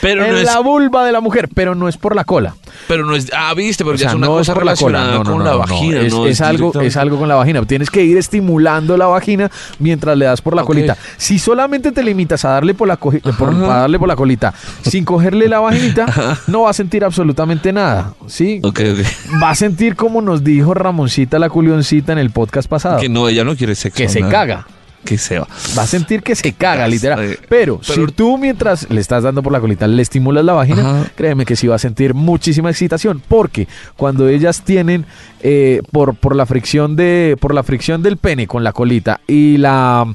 pero, en no es, la vulva de la mujer, pero no es por la cola. pero no es, ah, viste, pero O ya sea, es una no cosa es por la cola, relacionada no, no, con no, la no, vagina. es, no es algo, directamente. es algo con la vagina. Tienes que ir estimulando la vagina mientras le das por la Ok. colita. Si solamente te limitas a darle por la coji- por- Ajá. a darle por la colita, sin cogerle la vaginita, no va a sentir absolutamente nada, ¿sí? Ok, ok. Va a sentir como nos dijo Ramoncita la culioncita en el podcast pasado, Que que, no, ella no quiere sexo. se nada. caga. Que se va. Va a sentir que se caga, literal. Eh, Pero, pero- si tú mientras le estás dando por la colita le estimulas la vagina, Ajá. créeme que sí va a sentir muchísima excitación. Porque cuando ellas tienen eh, por, por la fricción de. por la fricción del pene con la colita y la.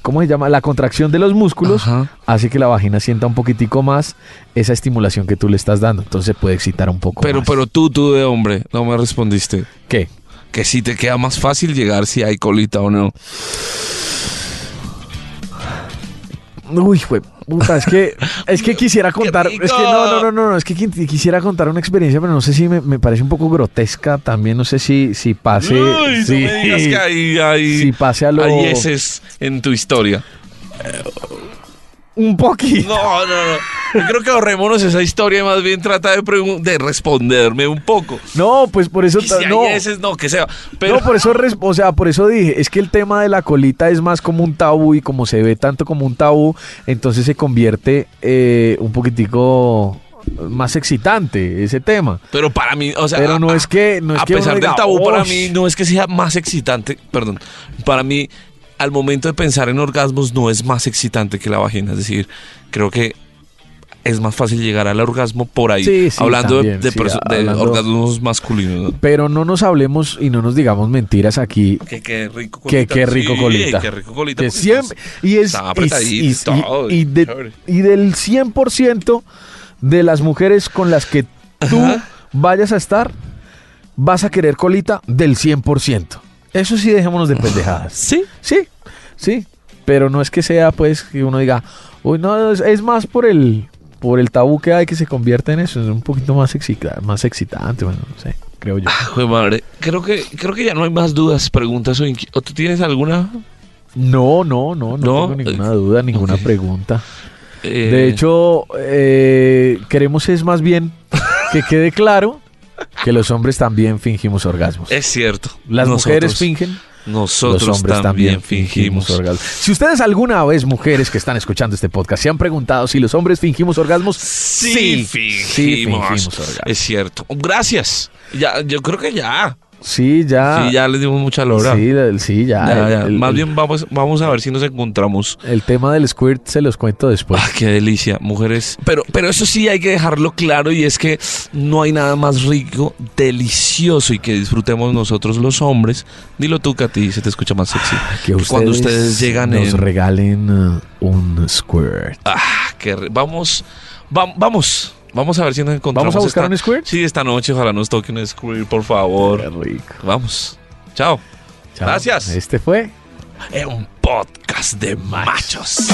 ¿Cómo se llama? La contracción de los músculos Ajá. hace que la vagina sienta un poquitico más esa estimulación que tú le estás dando. Entonces puede excitar un poco. Pero, más. pero tú, tú de hombre, no me respondiste. ¿Qué? Que si te queda más fácil llegar si hay colita o no. Uy, fue puta, es que, es que quisiera contar, rico! es que no, no, no, no, no, es que qui- quisiera contar una experiencia, pero no sé si me, me parece un poco grotesca, también no sé si, si pase, Uy, si, no me digas que hay, hay, si pase a lo hay heces en tu historia. un poquito. No, no, no. Yo creo que ahorrémonos esa historia y más bien trata de, pregun- de responderme un poco. No, pues por eso, Y si ta- no, hay heces, no, que sea. Pero, no, por eso, res- o sea, por eso dije, es que el tema de la colita es más como un tabú y como se ve tanto como un tabú, entonces se convierte eh, un poquitico más excitante ese tema. pero para mí, o sea. Pero no a- es que, no es a que uno pesar del diga, tabú, para "Osh". mí no es que sea más excitante. Perdón. Para mí, al momento de pensar en orgasmos, no es más excitante que la vagina. Es decir, creo que es más fácil llegar al orgasmo por ahí. Sí, sí, hablando de- también, de, sí, perso- de hablando- orgasmos masculinos. ¿no? Pero no nos hablemos y no nos digamos mentiras aquí. Que qué rico Que qué rico Sí, colita. qué rico colita. Que porque siempre, y es está y, apretadito, y- y- todo, y de- chévere. y del 100% de las mujeres con las que tú vayas a estar, vas a querer colita del 100%. Eso sí, dejémonos de pendejadas. Sí. Sí, sí, pero no es que sea pues que uno diga, Uy, no, es, es más por el, por el tabú que hay que se convierte en eso. Es un poquito más, excita- más excitante, bueno, no sé, creo yo. Ah, jue madre. Creo que, creo que ya no hay más dudas, preguntas o, inqui- ¿o tú tienes alguna. No, no, no, no, No, eh, tengo ninguna duda, ninguna ok. pregunta. Eh, De hecho, eh, queremos es más bien que quede claro que los hombres también fingimos orgasmos. Es cierto. Las mujeres Nosotros- fingen, Nosotros los hombres también, fingimos. orgasmos. Si ustedes alguna vez, mujeres que están escuchando este podcast, se han preguntado si los hombres fingimos orgasmos, Sí, fingimos. orgasmos. Es cierto. Gracias. Ya, yo creo que ya. Sí, ya. sí, ya les dimos mucha lora. Ah. Sí, la- sí, ya. Ya, El- ya. el- Más el- bien vamos, vamos a ver si nos encontramos. El tema del squirt se los cuento después. Ah, qué delicia, mujeres. Pero, pero eso sí hay que dejarlo claro y es que no hay nada más rico, delicioso y que disfrutemos nosotros los hombres. Dilo tú, Katy, se te escucha más sexy. que ustedes Ah, cuando ustedes llegan nos en- regalen uh, un squirt. Ah, qué re- Vamos, vam- vamos, vamos a ver si nos encontramos. ¿Vamos a buscar esta- un squirt? Sí, esta noche ojalá nos toque un squirt, por favor. Qué rico. Vamos. Chao. Chao. Gracias. Este fue Es un podcast de machos.